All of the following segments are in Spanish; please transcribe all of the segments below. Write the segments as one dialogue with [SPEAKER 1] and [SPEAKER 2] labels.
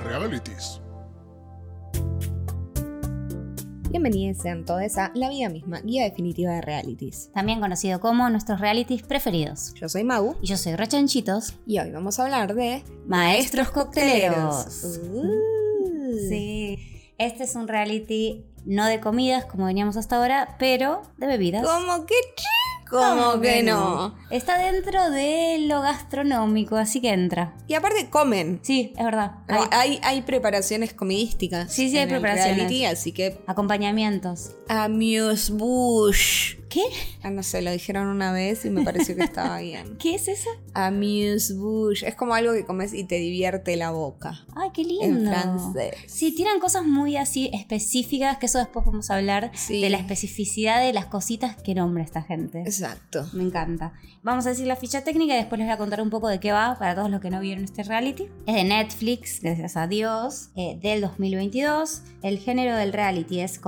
[SPEAKER 1] gratis.
[SPEAKER 2] Bienvenidos sean todos a La Vida Misma, guía definitiva de realities.
[SPEAKER 3] también conocido como nuestros realities preferidos.
[SPEAKER 2] Yo soy Mau
[SPEAKER 3] Y yo soy Rochanchitos,
[SPEAKER 2] y hoy vamos a hablar de
[SPEAKER 3] maestros cocteleros.
[SPEAKER 2] Uh.
[SPEAKER 3] Sí, este es un reality no de comidas como veníamos hasta ahora, pero de bebidas.
[SPEAKER 2] Como que sí, como que no.
[SPEAKER 3] Está dentro de lo gastronómico, así que entra.
[SPEAKER 2] Y aparte comen.
[SPEAKER 3] Sí, es verdad.
[SPEAKER 2] Hay,
[SPEAKER 3] Hay
[SPEAKER 2] hay, hay preparaciones comidísticas.
[SPEAKER 3] Ah. Sí, sí, hay
[SPEAKER 2] en el
[SPEAKER 3] preparaciones.
[SPEAKER 2] reality, así que
[SPEAKER 3] acompañamientos.
[SPEAKER 2] amuse bush.
[SPEAKER 3] ¿Qué?
[SPEAKER 2] Ah, no sé, lo dijeron una vez y me pareció que estaba bien.
[SPEAKER 3] ¿Qué es eso?
[SPEAKER 2] Amuse bush. Es como algo que comes y te divierte la boca.
[SPEAKER 3] Ay, qué lindo.
[SPEAKER 2] En francés.
[SPEAKER 3] Sí, tiran cosas muy así específicas, que eso después vamos a hablar
[SPEAKER 2] Sí.
[SPEAKER 3] de la especificidad de las cositas que nombra esta gente.
[SPEAKER 2] Exacto.
[SPEAKER 3] Me encanta. Vamos a decir la ficha técnica y después les voy a contar un poco de qué va para todos los que no vieron este reality. Es de Netflix, gracias a Dios, eh, del 2022. El género del reality es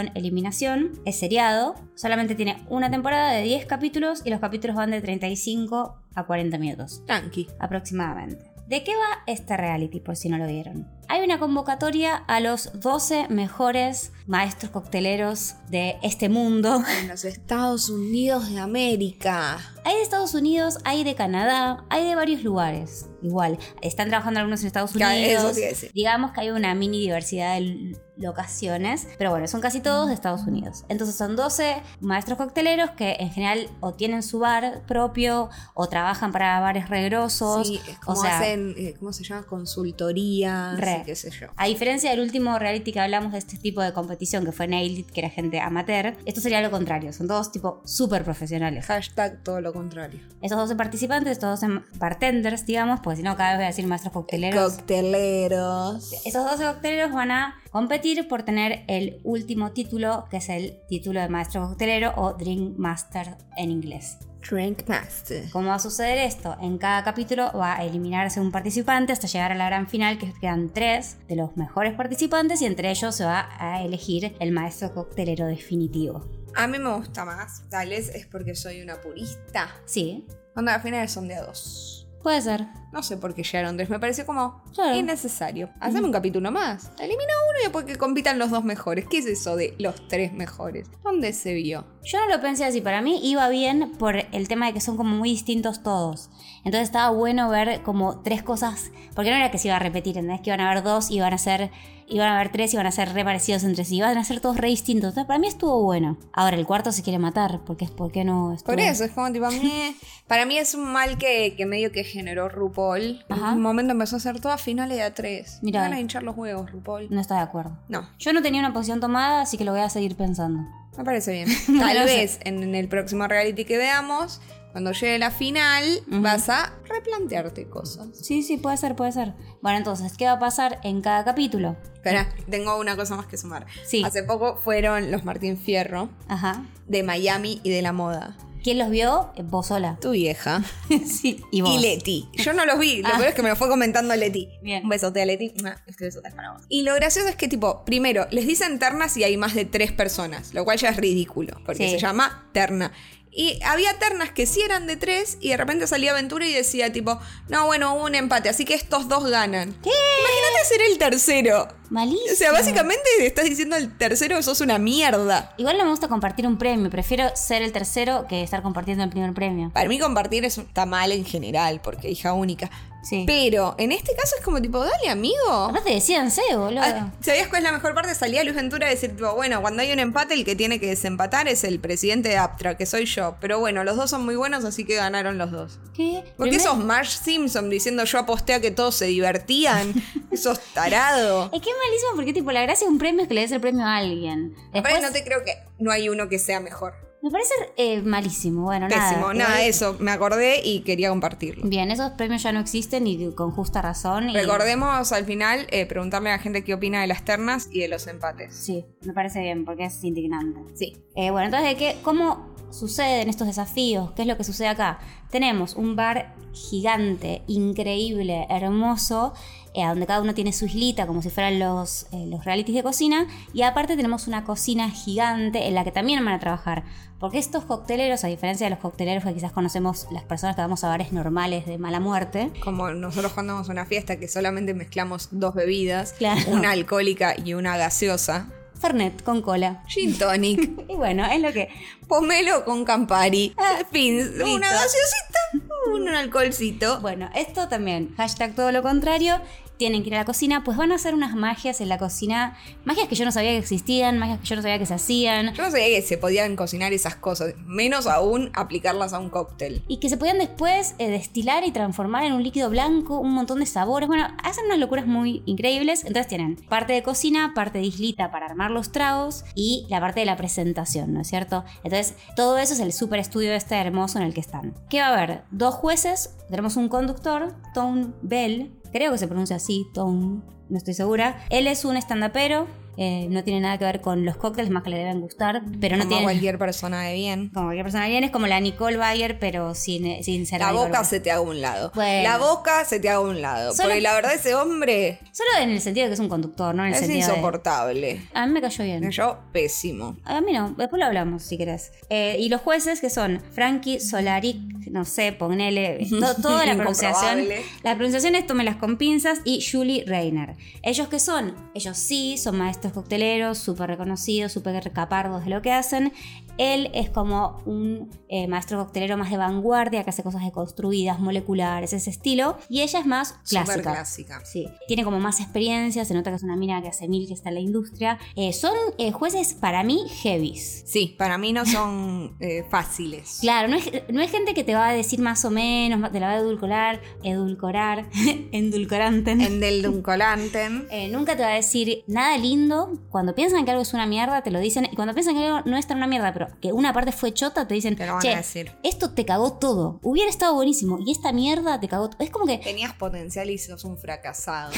[SPEAKER 3] competición-eliminación. Es seriado. Solamente tiene una temporada de 10 capítulos y los capítulos van de 35 a 40 minutos
[SPEAKER 2] Tranqui.
[SPEAKER 3] aproximadamente. ¿De qué va este reality, por si no lo vieron? Hay una convocatoria a los 12 mejores maestros cocteleros de este mundo.
[SPEAKER 2] En los Estados Unidos de América.
[SPEAKER 3] Hay de Estados Unidos, hay de Canadá, hay de varios lugares. Igual, están trabajando algunos en Estados Unidos.
[SPEAKER 2] Claro, eso te iba a decir.
[SPEAKER 3] Digamos que hay una mini diversidad de l- locaciones, pero bueno, son casi todos de Estados Unidos. Entonces son 12 maestros cocteleros que en general o tienen su bar propio o trabajan para bares regrosos.
[SPEAKER 2] Sí, es como
[SPEAKER 3] o sea,
[SPEAKER 2] hacen, eh, ¿cómo se llama? Consultorías,
[SPEAKER 3] Re.
[SPEAKER 2] y qué sé yo.
[SPEAKER 3] A diferencia del último reality que hablamos de este tipo de competición que fue Nailed It, que era gente amateur, esto sería lo contrario, son todos tipo súper profesionales.
[SPEAKER 2] Hashtag todo lo contrario.
[SPEAKER 3] Estos 12 participantes, estos 12 bartenders, digamos, porque si no cada vez voy a decir maestros cocteleros.
[SPEAKER 2] Cocteleros.
[SPEAKER 3] Esos 12 cocteleros van a competir por tener el último título, que es el título de maestro coctelero o Drink Master en inglés.
[SPEAKER 2] Drink Master.
[SPEAKER 3] ¿Cómo va a suceder esto? En cada capítulo va a eliminarse un participante hasta llegar a la gran final, que quedan tres de los mejores participantes y entre ellos se va a elegir el maestro coctelero definitivo.
[SPEAKER 2] A mí me gusta más. Tal vez es porque soy una purista.
[SPEAKER 3] Sí,
[SPEAKER 2] Onda, al final son de a dos.
[SPEAKER 3] puede ser.
[SPEAKER 2] No sé por qué llegaron tres. Me pareció como
[SPEAKER 3] Claro.
[SPEAKER 2] innecesario. Haceme un capítulo más. Elimina uno y después que compitan los dos mejores. ¿Qué es eso de los tres mejores? ¿Dónde se vio?
[SPEAKER 3] Yo no lo pensé así, para mí iba bien por el tema de que son como muy distintos todos. Entonces estaba bueno ver como tres cosas, porque no era que se iba a repetir, ¿entendés? Que iban a haber dos, iban a ser, iban a haber tres, iban a ser re parecidos entre sí, iban a ser todos re distintos. Entonces, para mí estuvo bueno. Ahora el cuarto se quiere matar, porque es porque no estuvo.
[SPEAKER 2] Por eso, es como tipo, meh. para mí es un mal que, que medio que generó RuPaul.
[SPEAKER 3] Ajá.
[SPEAKER 2] En un momento empezó a hacer todas finales de a tres.
[SPEAKER 3] Mirá.
[SPEAKER 2] Me Van a hinchar los huevos, RuPaul.
[SPEAKER 3] No está de acuerdo.
[SPEAKER 2] No,
[SPEAKER 3] Yo no tenía una posición tomada, así que lo voy a seguir pensando.
[SPEAKER 2] me parece bien.
[SPEAKER 3] No
[SPEAKER 2] Tal
[SPEAKER 3] lo sé.
[SPEAKER 2] vez en, en el próximo reality que veamos, cuando llegue la final,
[SPEAKER 3] Ujú.
[SPEAKER 2] vas a replantearte cosas.
[SPEAKER 3] Sí, sí, puede ser, puede ser. Bueno, entonces, ¿qué va a pasar en cada capítulo?
[SPEAKER 2] Espera, tengo una cosa más que sumar.
[SPEAKER 3] Sí.
[SPEAKER 2] Hace poco fueron los Martín Fierro
[SPEAKER 3] Ajá.
[SPEAKER 2] de Miami y de la moda.
[SPEAKER 3] ¿Quién los vio? Vos sola.
[SPEAKER 2] Tu vieja.
[SPEAKER 3] sí, y vos.
[SPEAKER 2] Y Leti. Yo no los vi, lo
[SPEAKER 3] Ah.
[SPEAKER 2] peor es que me lo fue comentando Leti.
[SPEAKER 3] Bien.
[SPEAKER 2] Un besote a Leti. Mua, Este besote es para vos. Y lo gracioso es que, tipo, primero, les dicen ternas y hay más de tres personas, lo cual ya es ridículo, porque
[SPEAKER 3] Sí.
[SPEAKER 2] se llama terna. Y había ternas que sí eran de tres y de repente salía Ventura y decía, tipo, no, bueno, hubo un empate, así que estos dos ganan. ¿Qué? Imagínate ser el tercero.
[SPEAKER 3] Malísimo.
[SPEAKER 2] O sea, básicamente estás diciendo el tercero sos una mierda.
[SPEAKER 3] Igual no me gusta compartir un premio, prefiero ser el tercero que estar compartiendo el primer premio.
[SPEAKER 2] Para mí compartir es un- está mal en general, porque hija única.
[SPEAKER 3] Sí.
[SPEAKER 2] Pero en este caso es como tipo, dale amigo.
[SPEAKER 3] Aparte decíanse, boludo.
[SPEAKER 2] Ah, ¿Sabías cuál es la mejor parte? Salía Luis Ventura a decir, tipo, bueno, cuando hay un empate, el que tiene que desempatar es el presidente de Aptra, que soy yo. Pero bueno, los dos son muy buenos, así que ganaron los dos.
[SPEAKER 3] ¿Qué?
[SPEAKER 2] ¿Por qué
[SPEAKER 3] Primero-
[SPEAKER 2] sos Marge Simpson diciendo yo aposté a que todos se divertían? sos tarado.
[SPEAKER 3] Es que es malísimo porque tipo la gracia de un premio es que le des el premio a alguien. Después,
[SPEAKER 2] Aparte, no te creo que no hay uno que sea mejor.
[SPEAKER 3] Me parece eh, malísimo, bueno,
[SPEAKER 2] Pésimo,
[SPEAKER 3] nada.
[SPEAKER 2] nada,
[SPEAKER 3] Igual-
[SPEAKER 2] eso. Me acordé y quería compartirlo.
[SPEAKER 3] Bien, esos premios ya no existen y con justa razón. y-
[SPEAKER 2] Recordemos al final eh, preguntarle a la gente qué opina de las ternas y de los empates.
[SPEAKER 3] Sí, me parece bien porque es indignante.
[SPEAKER 2] Sí.
[SPEAKER 3] Eh, bueno, entonces, ¿de qué, ¿cómo suceden estos desafíos? ¿Qué es lo que sucede acá? Tenemos un bar gigante, increíble, hermoso, eh, a donde cada uno tiene su islita, como si fueran los, eh, los realities de cocina. Y aparte tenemos una cocina gigante en la que también van a trabajar. Porque estos cocteleros, a diferencia de los cocteleros que quizás conocemos las personas que vamos a bares normales de mala muerte,
[SPEAKER 2] Como nosotros cuando vamos a una fiesta que solamente mezclamos dos bebidas,
[SPEAKER 3] Claro.
[SPEAKER 2] una alcohólica y una gaseosa.
[SPEAKER 3] Fernet con cola.
[SPEAKER 2] Gin tonic,
[SPEAKER 3] Y bueno, es lo que...
[SPEAKER 2] pomelo con Campari. En fin, una
[SPEAKER 3] Ah, listo. Mm.
[SPEAKER 2] gaseosita, un alcoholcito.
[SPEAKER 3] Bueno, esto también, hashtag todo lo contrario, tienen que ir a la cocina, pues van a hacer unas magias en la cocina, magias que yo no sabía que existían, magias que yo no sabía que se hacían,
[SPEAKER 2] Yo no sabía que se podían cocinar esas cosas, menos aún aplicarlas a un cóctel.
[SPEAKER 3] y que se podían después eh, destilar y transformar en un líquido blanco un montón de sabores. Bueno, hacen unas locuras muy increíbles. Entonces tienen parte de cocina, parte de islita para armar los tragos y la parte de la presentación, ¿no es cierto? Entonces todo eso es el super estudio este hermoso en el que están. ¿Qué va a haber? Dos jueces, tenemos un conductor, Tom Bell, creo que se pronuncia así, Tom, no estoy segura. Él es un stand-upero. eh, no tiene nada que ver con los cócteles, más que le deben gustar, pero no
[SPEAKER 2] Como a
[SPEAKER 3] tiene.
[SPEAKER 2] cualquier persona de bien.
[SPEAKER 3] Como cualquier persona bien, es como la Nicole Bayer, pero sin, sin ser
[SPEAKER 2] La
[SPEAKER 3] Nicole
[SPEAKER 2] boca
[SPEAKER 3] Bayer.
[SPEAKER 2] se te haga a un lado.
[SPEAKER 3] Bueno.
[SPEAKER 2] La boca se te haga a un lado.
[SPEAKER 3] Solo-
[SPEAKER 2] Porque la verdad ese hombre
[SPEAKER 3] Solo en el sentido de que es un conductor, no en el
[SPEAKER 2] es
[SPEAKER 3] sentido de-
[SPEAKER 2] insoportable.
[SPEAKER 3] A mí me cayó bien.
[SPEAKER 2] Me Yo pésimo.
[SPEAKER 3] A mí no, Ah, después lo hablamos si querés. Eh, y los jueces que son Frankie Solaric, no sé, ponele to- toda la pronunciación.
[SPEAKER 2] Incomprobable.
[SPEAKER 3] Las pronunciaciones tomen con pinzas y Julie Reiner. Ellos que son, ellos sí, son maestros cocteleros, súper reconocidos, súper capardos de lo que hacen. Él es como un eh, maestro coctelero más de vanguardia, que hace cosas deconstruidas, moleculares, ese estilo. Y ella es más
[SPEAKER 2] Súper
[SPEAKER 3] clásica.
[SPEAKER 2] clásica.
[SPEAKER 3] Sí, tiene como más experiencia, se nota que es una mina que hace mil que está en la industria. Eh, son eh, jueces para mí heavies.
[SPEAKER 2] Sí, para mí no son eh, fáciles.
[SPEAKER 3] Claro, no es, no es gente que te va a decir más o menos, ma- te la va a edulcorar, edulcorar, endulcorante.
[SPEAKER 2] En del Duncolanten.
[SPEAKER 3] Eh, nunca te va a decir nada lindo. Cuando piensan que algo es una mierda, te lo dicen. Y cuando piensan que algo no es tan una mierda, pero que una parte fue chota, te dicen,
[SPEAKER 2] Te lo van
[SPEAKER 3] che,
[SPEAKER 2] a decir.
[SPEAKER 3] esto te cagó todo. Hubiera estado buenísimo. Y esta mierda te cagó todo. Es como que
[SPEAKER 2] Tenías potencial y sos un fracasado.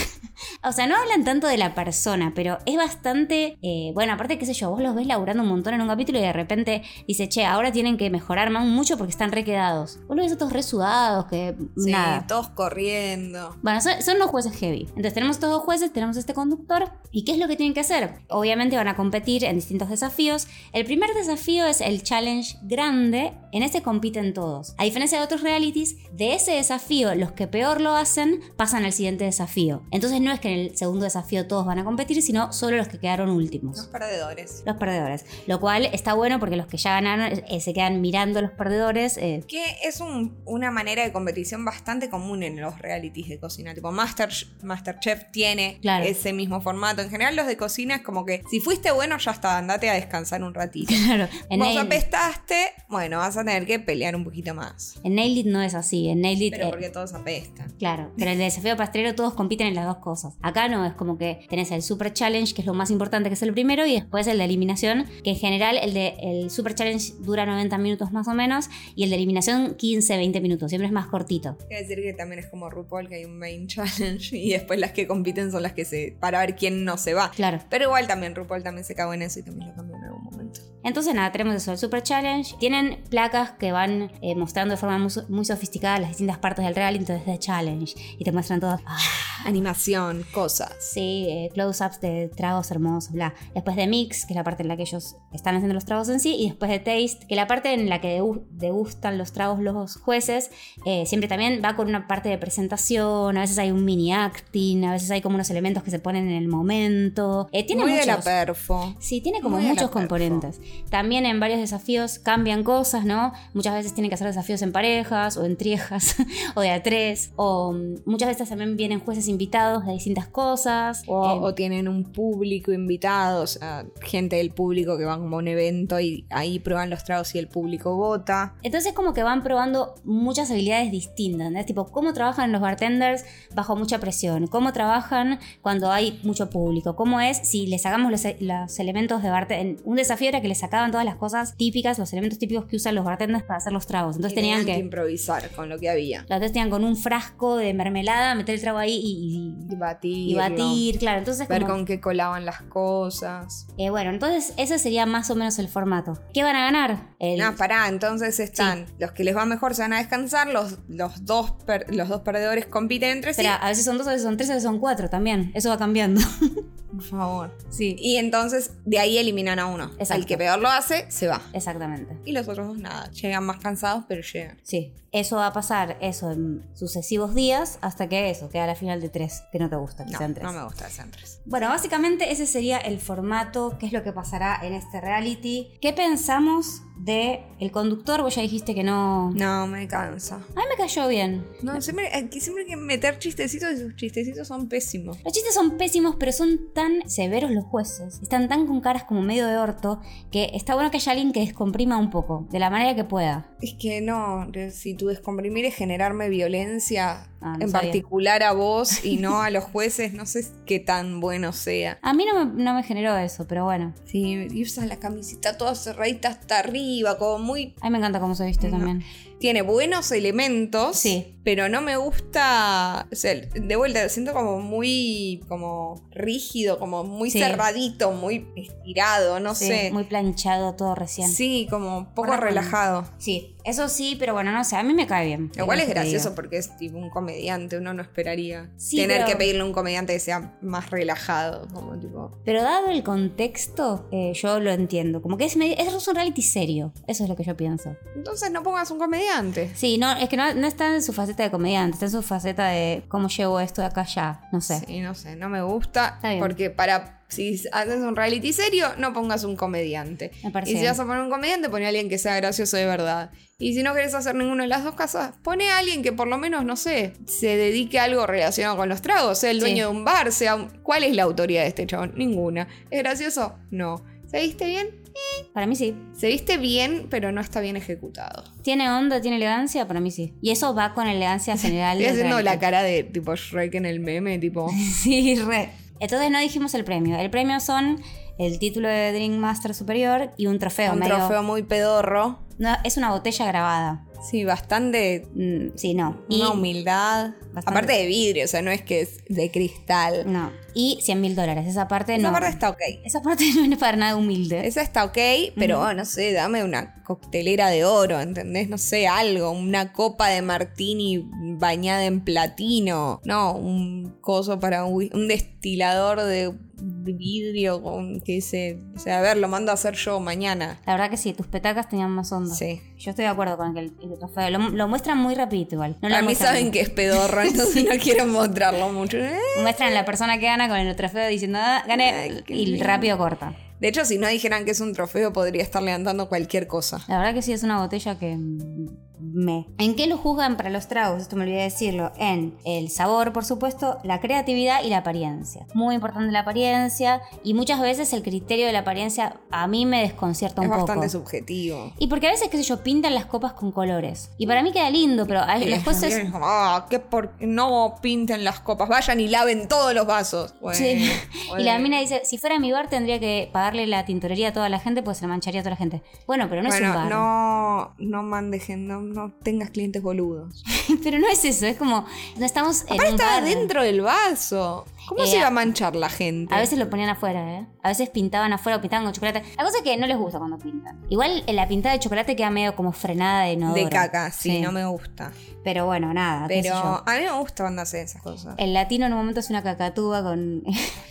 [SPEAKER 3] O sea, no hablan tanto de la persona, pero es bastante. eh, bueno, aparte, qué sé yo, vos los ves laburando un montón en un capítulo y de repente dice, che, ahora tienen que mejorar más mucho porque están re quedados. Vos los ves a todos re sudados, que
[SPEAKER 2] Sí,
[SPEAKER 3] nada.
[SPEAKER 2] todos corriendo.
[SPEAKER 3] Bueno, son, son los jueces heavy. Entonces tenemos estos dos jueces, tenemos este conductor. ¿Y qué es lo que tienen que hacer? Obviamente van a competir en distintos desafíos. El primer desafío es el challenge grande. En ese compiten todos. A diferencia de otros realities, de ese desafío, los que peor lo hacen pasan al siguiente desafío. Entonces no es que en el segundo desafío todos van a competir, sino solo los que quedaron últimos
[SPEAKER 2] Los perdedores.
[SPEAKER 3] los perdedores, lo cual está bueno porque los que ya ganaron eh, se quedan mirando a los perdedores, eh,
[SPEAKER 2] Que es un- una manera de competición bastante común en los realities de cocina. Tipo, Master, Masterchef tiene
[SPEAKER 3] Claro.
[SPEAKER 2] ese mismo formato. En general, los de cocina es como que si fuiste bueno, ya está, andate a descansar un ratito.
[SPEAKER 3] claro, en
[SPEAKER 2] Vos
[SPEAKER 3] Nailed-
[SPEAKER 2] apestaste, bueno, vas a tener que pelear un poquito más.
[SPEAKER 3] en Nailed It no es así, en Nailed It,
[SPEAKER 2] Pero
[SPEAKER 3] eh,
[SPEAKER 2] porque todos apestan.
[SPEAKER 3] Claro, pero en el desafío pastrero todos compiten en las dos cosas. Acá no, es como que tenés el Super Challenge, que es lo más importante, que es el primero, y después el de eliminación, que en general el de el Super Challenge dura 90 minutos más o menos, y el de eliminación 15, 20 minutos, siempre es más cortito.
[SPEAKER 2] Quiero decir que también es como RuPaul, que hay un main challenge y después las que compiten son las que se. para ver quién no se va.
[SPEAKER 3] Claro.
[SPEAKER 2] Pero igual también RuPaul también se cagó en eso y también lo cambió en algún momento.
[SPEAKER 3] Entonces nada, tenemos eso, el Super Challenge. Tienen placas que van eh, mostrando de forma muy, so- muy sofisticada las distintas partes del reality, entonces de Challenge. Y te muestran todas, ah,
[SPEAKER 2] Animación, cosas.
[SPEAKER 3] Sí, eh, close-ups de tragos hermosos, bla. Después de mix, que es la parte en la que ellos están haciendo los tragos en sí. Y después de taste, que es la parte en la que degus- degustan los tragos los jueces. eh, siempre también va con una parte de presentación. A veces hay un mini acting. A veces hay como unos elementos que se ponen en el momento. Eh, tiene
[SPEAKER 2] Muy
[SPEAKER 3] muchos,
[SPEAKER 2] de la perfo.
[SPEAKER 3] Sí, tiene como
[SPEAKER 2] Muy de la
[SPEAKER 3] muchos
[SPEAKER 2] perfo.
[SPEAKER 3] componentes. También en varios desafíos cambian cosas, ¿no? Muchas veces tienen que hacer desafíos en parejas o en triejas o de a tres. O mm, muchas veces también vienen jueces invitados de distintas cosas.
[SPEAKER 2] O,
[SPEAKER 3] Eh,
[SPEAKER 2] o tienen un público invitado, o sea, gente del público que van como a un evento y ahí prueban los tragos y el público vota.
[SPEAKER 3] Entonces como que van probando muchas habilidades distintas, ¿entendés? Tipo, cómo trabajan los bartenders bajo mucha presión, cómo trabajan cuando hay mucho público, cómo es si les sacamos los, e-, los elementos de bartender. Un desafío era que les sacaban todas las cosas típicas, los elementos típicos que usan los bartenders para hacer los tragos. Entonces
[SPEAKER 2] Y
[SPEAKER 3] tenían que...
[SPEAKER 2] improvisar con lo que había.
[SPEAKER 3] Los dos tenían con un frasco de mermelada, meter el trago ahí y y, y-
[SPEAKER 2] Batir.
[SPEAKER 3] y batir, claro. Entonces,
[SPEAKER 2] Ver
[SPEAKER 3] como-
[SPEAKER 2] con qué colaban las cosas.
[SPEAKER 3] eh, bueno, entonces ese sería más o menos el formato. ¿Qué van a ganar? El-
[SPEAKER 2] Ah, pará, entonces están los que les va mejor se van a descansar, los, los, dos, per- los dos perdedores compiten entre sí.
[SPEAKER 3] Espera, a veces son dos, a veces son tres, a veces son cuatro también. Eso va cambiando.
[SPEAKER 2] Por favor.
[SPEAKER 3] sí,
[SPEAKER 2] Y entonces de ahí eliminan a uno.
[SPEAKER 3] Exacto.
[SPEAKER 2] El que peor lo hace, se va.
[SPEAKER 3] exactamente.
[SPEAKER 2] Y los otros dos nada, llegan más cansados, pero llegan.
[SPEAKER 3] Sí, eso va a pasar eso en sucesivos días hasta que eso, queda la final de tres, que no te gusta, que
[SPEAKER 2] No,
[SPEAKER 3] sean tres.
[SPEAKER 2] no me gusta el Centres.
[SPEAKER 3] Bueno, básicamente ese sería el formato, qué es lo que pasará en este reality. ¿Qué pensamos de el conductor? Vos ya dijiste que no.
[SPEAKER 2] No, me cansa.
[SPEAKER 3] A mí me cayó bien.
[SPEAKER 2] No, siempre, aquí siempre hay que meter chistecitos y sus chistecitos son pésimos.
[SPEAKER 3] Los chistes son pésimos, pero son tan severos los jueces. Están tan con caras como medio de orto que está bueno que haya alguien que descomprima un poco, de la manera que pueda.
[SPEAKER 2] Es que no, que si tu descomprimir es generarme violencia,
[SPEAKER 3] Ah, no
[SPEAKER 2] en
[SPEAKER 3] sabía.
[SPEAKER 2] particular a vos y no a los jueces, no sé qué tan bueno sea.
[SPEAKER 3] A mí no me, no me generó eso, pero bueno.
[SPEAKER 2] Sí, y usas la camiseta toda cerradita hasta arriba, como muy...
[SPEAKER 3] A mí me encanta cómo se viste
[SPEAKER 2] No.
[SPEAKER 3] también.
[SPEAKER 2] Tiene buenos elementos,
[SPEAKER 3] Sí.
[SPEAKER 2] pero no me gusta... O sea, de vuelta, siento como muy como rígido, como muy
[SPEAKER 3] Sí.
[SPEAKER 2] cerradito, muy estirado, no
[SPEAKER 3] Sí,
[SPEAKER 2] sé.
[SPEAKER 3] Muy planchado todo recién.
[SPEAKER 2] Sí, como poco
[SPEAKER 3] Por la
[SPEAKER 2] relajado.
[SPEAKER 3] Sí, eso sí, pero bueno, no sé, a mí me cae bien.
[SPEAKER 2] Lo cual
[SPEAKER 3] lo
[SPEAKER 2] es
[SPEAKER 3] que te digo.
[SPEAKER 2] gracioso porque es tipo un comediante, uno no esperaría
[SPEAKER 3] Sí,
[SPEAKER 2] tener
[SPEAKER 3] pero-
[SPEAKER 2] que pedirle a un comediante que sea más relajado, como tipo...
[SPEAKER 3] Pero dado el contexto, eh, yo lo entiendo. Como que es, medio- es un reality serio. Eso es lo que yo pienso.
[SPEAKER 2] Entonces no pongas un comediante.
[SPEAKER 3] Sí, no, es que no, no está en su faceta de comediante, está en su faceta de cómo llevo esto de acá allá. No sé.
[SPEAKER 2] Sí, no sé, no me gusta.
[SPEAKER 3] Está bien.
[SPEAKER 2] Porque para. Si haces un reality serio, no pongas un comediante.
[SPEAKER 3] Me parece
[SPEAKER 2] Y si
[SPEAKER 3] bien.
[SPEAKER 2] vas a poner un comediante, pone a alguien que sea gracioso de verdad. Y si no querés hacer ninguna de las dos casas, pone a alguien que por lo menos, no sé, se dedique a algo relacionado con los tragos, sea el
[SPEAKER 3] Sí.
[SPEAKER 2] dueño de un bar, sea un- ¿Cuál es la autoridad de este chabón? Ninguna. ¿Es gracioso? No. ¿Se viste bien?
[SPEAKER 3] Para mí sí.
[SPEAKER 2] Se viste bien, pero no está bien ejecutado.
[SPEAKER 3] ¿Tiene onda, tiene elegancia? Para mí sí. Y eso va con la elegancia general.
[SPEAKER 2] Estoy
[SPEAKER 3] del
[SPEAKER 2] haciendo la
[SPEAKER 3] reality.
[SPEAKER 2] cara de tipo Shrek en el meme, tipo.
[SPEAKER 3] Sí, re. Entonces no dijimos el premio. El premio son el título de Drink Master Superior y un trofeo.
[SPEAKER 2] un
[SPEAKER 3] medio-
[SPEAKER 2] trofeo muy pedorro.
[SPEAKER 3] No, es una botella grabada.
[SPEAKER 2] Sí, bastante
[SPEAKER 3] Mm, sí, no. Y-
[SPEAKER 2] Una humildad.
[SPEAKER 3] Bastante.
[SPEAKER 2] Aparte de vidrio, o sea, no es que es de cristal.
[SPEAKER 3] No. Y 100 mil dólares. Esa parte no.
[SPEAKER 2] Esa parte está ok.
[SPEAKER 3] Esa parte no es para nada humilde.
[SPEAKER 2] Esa está ok, pero oh, no sé, dame una coctelera de oro, ¿entendés? No sé, algo, una copa de martini bañada en platino, no, un coso para un, whi- un destilador de vidrio con que dice, o sea, a ver, lo mando a hacer yo mañana.
[SPEAKER 3] La verdad que sí, tus petacas tenían más onda.
[SPEAKER 2] Sí.
[SPEAKER 3] Yo estoy de acuerdo con que el, el trofeo. Lo, lo muestran muy rapidito igual. No lo
[SPEAKER 2] a mí
[SPEAKER 3] muestran-
[SPEAKER 2] saben que es pedorro, entonces no quieren mostrarlo mucho. Eh,
[SPEAKER 3] Muestran la persona que gana con el trofeo diciendo, ah,
[SPEAKER 2] Ay,
[SPEAKER 3] gané.
[SPEAKER 2] qué
[SPEAKER 3] Y
[SPEAKER 2] lindo.
[SPEAKER 3] rápido corta.
[SPEAKER 2] De hecho, si no dijeran que es un trofeo, podría estar levantando cualquier cosa.
[SPEAKER 3] La verdad que sí, es una botella que mm, me... ¿En qué lo juzgan para los tragos? Esto me olvidé decirlo. En el sabor, por supuesto, la creatividad y la apariencia. Muy importante la apariencia y muchas veces el criterio de la apariencia a mí me desconcierta un
[SPEAKER 2] es
[SPEAKER 3] poco.
[SPEAKER 2] bastante subjetivo.
[SPEAKER 3] Y porque a veces, qué sé yo, pintan las copas con colores. Y para mí queda lindo, pero a
[SPEAKER 2] Y
[SPEAKER 3] los
[SPEAKER 2] Eh, también
[SPEAKER 3] jueces...
[SPEAKER 2] es como, Ah, que por no pinten las copas, vayan y laven todos los vasos. Bueno,
[SPEAKER 3] Sí.
[SPEAKER 2] bueno.
[SPEAKER 3] Y la mina dice, si fuera mi bar tendría que pagarle la tintorería a toda la gente, pues se la mancharía a toda la gente. Bueno, pero no es un
[SPEAKER 2] Bueno,
[SPEAKER 3] bar.
[SPEAKER 2] no, no mandes, gen- no, no tengas clientes boludos.
[SPEAKER 3] pero no es eso, es como, no estamos en
[SPEAKER 2] Aparte
[SPEAKER 3] un
[SPEAKER 2] estaba
[SPEAKER 3] bar.
[SPEAKER 2] dentro del vaso. ¿Cómo
[SPEAKER 3] Eh,
[SPEAKER 2] se iba a manchar la gente?
[SPEAKER 3] A veces lo ponían afuera, ¿eh? A veces pintaban afuera o pintaban con chocolate. La cosa es que no les gusta cuando pintan. Igual eh, la pintada de chocolate queda medio como frenada de no.
[SPEAKER 2] de caca, sí, no me gusta.
[SPEAKER 3] Pero bueno, nada. Ah, qué sé
[SPEAKER 2] Pero
[SPEAKER 3] yo. Eh.
[SPEAKER 2] a mí me gusta cuando hacen esas cosas.
[SPEAKER 3] El latino en un momento hace una cacatúa con.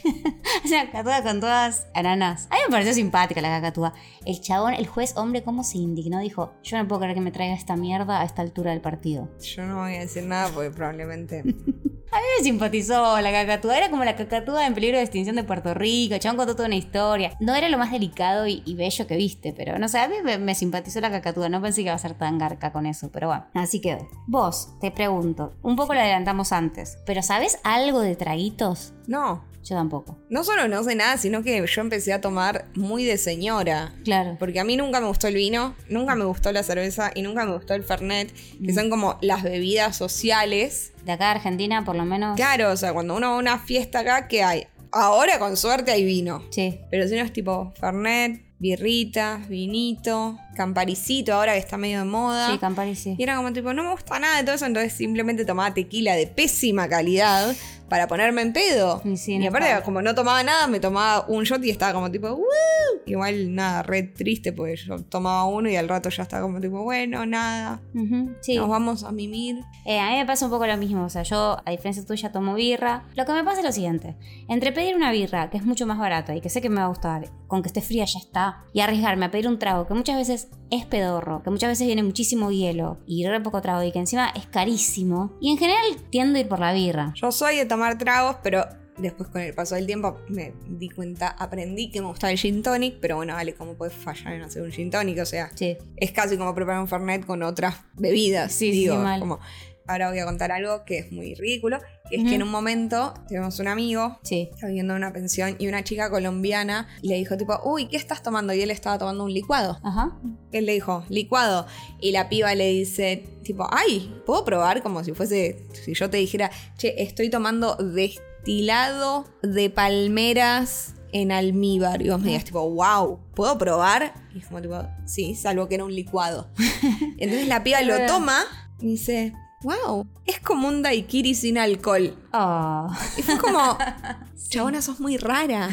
[SPEAKER 3] hace una cacatúa con todas ananas. A mí me pareció simpática la cacatúa. El chabón, el juez hombre, cómo se indignó. Dijo: Yo no puedo creer que me traiga esta mierda a esta altura del partido.
[SPEAKER 2] Yo no voy a decir nada porque probablemente.
[SPEAKER 3] A mí me simpatizó la cacatúa. Era como la cacatúa en peligro de extinción de Puerto Rico. El Chabón contó toda una historia. No era lo más delicado y, y bello que viste, pero no sé, a mí me, me simpatizó la cacatúa. No pensé que iba a ser tan garca con eso, pero bueno, así quedó. Vos, te pregunto, un poco lo adelantamos antes, pero ¿sabes algo de traguitos?
[SPEAKER 2] No.
[SPEAKER 3] Yo tampoco.
[SPEAKER 2] No solo no sé nada, sino que yo empecé a tomar muy de señora.
[SPEAKER 3] Claro.
[SPEAKER 2] Porque a mí nunca me gustó el vino, nunca me gustó la cerveza y nunca me gustó el fernet, que son como las bebidas sociales.
[SPEAKER 3] De acá a Argentina, por lo menos.
[SPEAKER 2] Claro, o sea, cuando uno va a una fiesta acá, ¿qué hay? Ahora con suerte hay vino.
[SPEAKER 3] Sí.
[SPEAKER 2] Pero si no es tipo fernet, birritas, vinito, camparicito ahora que está medio de moda.
[SPEAKER 3] Sí, Campari sí.
[SPEAKER 2] Y era como tipo, no me gusta nada de todo eso, entonces simplemente tomaba tequila de pésima calidad para ponerme en pedo.
[SPEAKER 3] Y sí,
[SPEAKER 2] y
[SPEAKER 3] no
[SPEAKER 2] aparte,
[SPEAKER 3] estaba.
[SPEAKER 2] como no tomaba nada, me tomaba un shot y estaba como tipo, "Woo". Igual nada, re triste porque yo tomaba uno y al rato ya estaba como tipo, bueno, nada,
[SPEAKER 3] Ujú, sí.
[SPEAKER 2] nos vamos a mimir.
[SPEAKER 3] Eh, a mí me pasa un poco lo mismo, o sea, yo a diferencia tuya tomo birra. Lo que me pasa es lo siguiente, entre pedir una birra, que es mucho más barata y que sé que me va a gustar, con que esté fría ya está, y arriesgarme a pedir un trago que muchas veces es pedorro, que muchas veces viene muchísimo hielo y re poco trago y que encima es carísimo, y en general tiendo a ir por la birra.
[SPEAKER 2] Yo soy de tomar tragos, pero después con el paso del tiempo me di cuenta, aprendí que me gustaba el gin tonic, pero bueno, vale, ¿cómo puedes fallar en hacer un gin tonic? O sea,
[SPEAKER 3] Sí.
[SPEAKER 2] es casi como preparar un fernet con otras bebidas.
[SPEAKER 3] Sí, sí,
[SPEAKER 2] digo,
[SPEAKER 3] mal.
[SPEAKER 2] como- ahora voy a contar algo que es muy ridículo, que es
[SPEAKER 3] Ujú.
[SPEAKER 2] que en un momento tenemos un amigo
[SPEAKER 3] Sí.
[SPEAKER 2] está viviendo en una pensión y una chica colombiana le dijo tipo, uy, ¿qué estás tomando? Y él estaba tomando un licuado.
[SPEAKER 3] Ajá.
[SPEAKER 2] Él le dijo, licuado. Y la piba le dice, tipo, ay, ¿puedo probar? Como si fuese, si yo te dijera, che, estoy tomando destilado de palmeras en almíbar. Y vos me digas, tipo, wow, ¿puedo probar? Y es como, tipo, sí, salvo que era un licuado. Entonces la piba lo
[SPEAKER 3] Claro.
[SPEAKER 2] toma y dice, wow, es como un daiquiri sin alcohol.
[SPEAKER 3] Oh.
[SPEAKER 2] Y fue como, chabona, sos muy rara.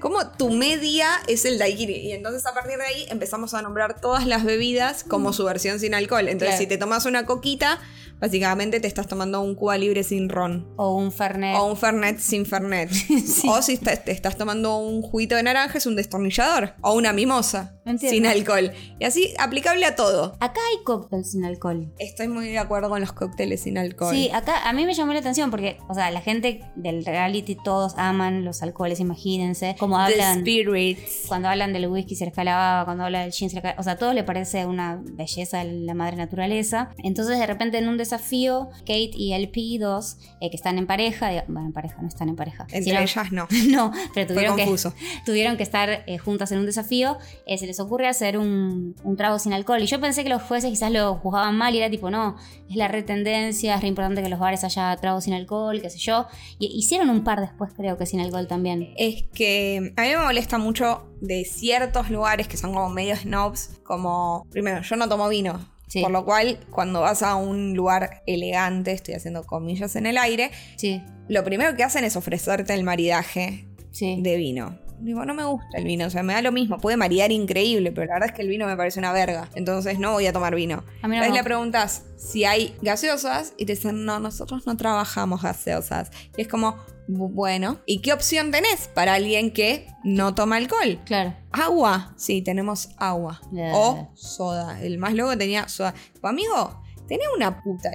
[SPEAKER 2] Como tu media es el daiquiri. Y entonces a partir de ahí empezamos a nombrar todas las bebidas como su versión sin alcohol. Entonces
[SPEAKER 3] Claro.
[SPEAKER 2] si te tomas una coquita, básicamente te estás tomando un cuba libre sin ron.
[SPEAKER 3] O un fernet.
[SPEAKER 2] O un fernet sin fernet.
[SPEAKER 3] Eh. Sí.
[SPEAKER 2] O si está- te estás tomando un juguito de naranja, es un destornillador. O una mimosa
[SPEAKER 3] Entiendo.
[SPEAKER 2] sin alcohol. Y así, aplicable a todo.
[SPEAKER 3] Acá hay cóctel sin alcohol.
[SPEAKER 2] Estoy muy de acuerdo con los cócteles sin alcohol.
[SPEAKER 3] Sí, acá a mí me llamó la atención porque, o sea, la gente del reality todos aman los alcoholes, imagínense. Como
[SPEAKER 2] The
[SPEAKER 3] hablan.
[SPEAKER 2] spirits.
[SPEAKER 3] Cuando hablan del whisky se les cae la baba, cuando hablan del gin se les cae... O sea, a todos les parece una belleza la madre naturaleza. Entonces, de repente, en un desafío, Kate y el P2, eh, que están en pareja... diga- Bueno, en pareja, no están en pareja.
[SPEAKER 2] Entre
[SPEAKER 3] sino-
[SPEAKER 2] ellas no.
[SPEAKER 3] No,
[SPEAKER 2] Fue
[SPEAKER 3] pero tuvieron que,
[SPEAKER 2] confuso.
[SPEAKER 3] tuvieron que estar eh, juntas en un desafío. eh, se les ocurre hacer un, un trago sin alcohol. Y yo pensé que los jueces quizás lo juzgaban mal y era tipo, no, es la retendencia, es re importante que en los bares haya trago sin alcohol, qué sé yo. Y hicieron un par después, creo que sin alcohol también.
[SPEAKER 2] es que a mí me molesta mucho de ciertos lugares que son como medio snobs, como, primero, yo no tomo vino.
[SPEAKER 3] Sí.
[SPEAKER 2] Por lo cual, cuando vas a un lugar elegante, estoy haciendo comillas en el aire,
[SPEAKER 3] Sí,
[SPEAKER 2] lo primero que hacen es ofrecerte el maridaje
[SPEAKER 3] sí.
[SPEAKER 2] de vino. Digo, no me gusta el vino, o sea, me da lo mismo, puede maridar increíble, pero la verdad es que el vino me parece una verga, entonces no voy a tomar vino.
[SPEAKER 3] A mí no
[SPEAKER 2] Entonces
[SPEAKER 3] me
[SPEAKER 2] le
[SPEAKER 3] gusta.
[SPEAKER 2] preguntas si hay gaseosas y te dicen, no, nosotros no trabajamos gaseosas. Y es como, "Bu- bueno, ¿y qué opción tenés para alguien que no toma alcohol?
[SPEAKER 3] Claro.
[SPEAKER 2] Agua, sí, tenemos agua.
[SPEAKER 3] Eh.
[SPEAKER 2] O soda, el más loco tenía soda. Tipo, amigo, tenés una puta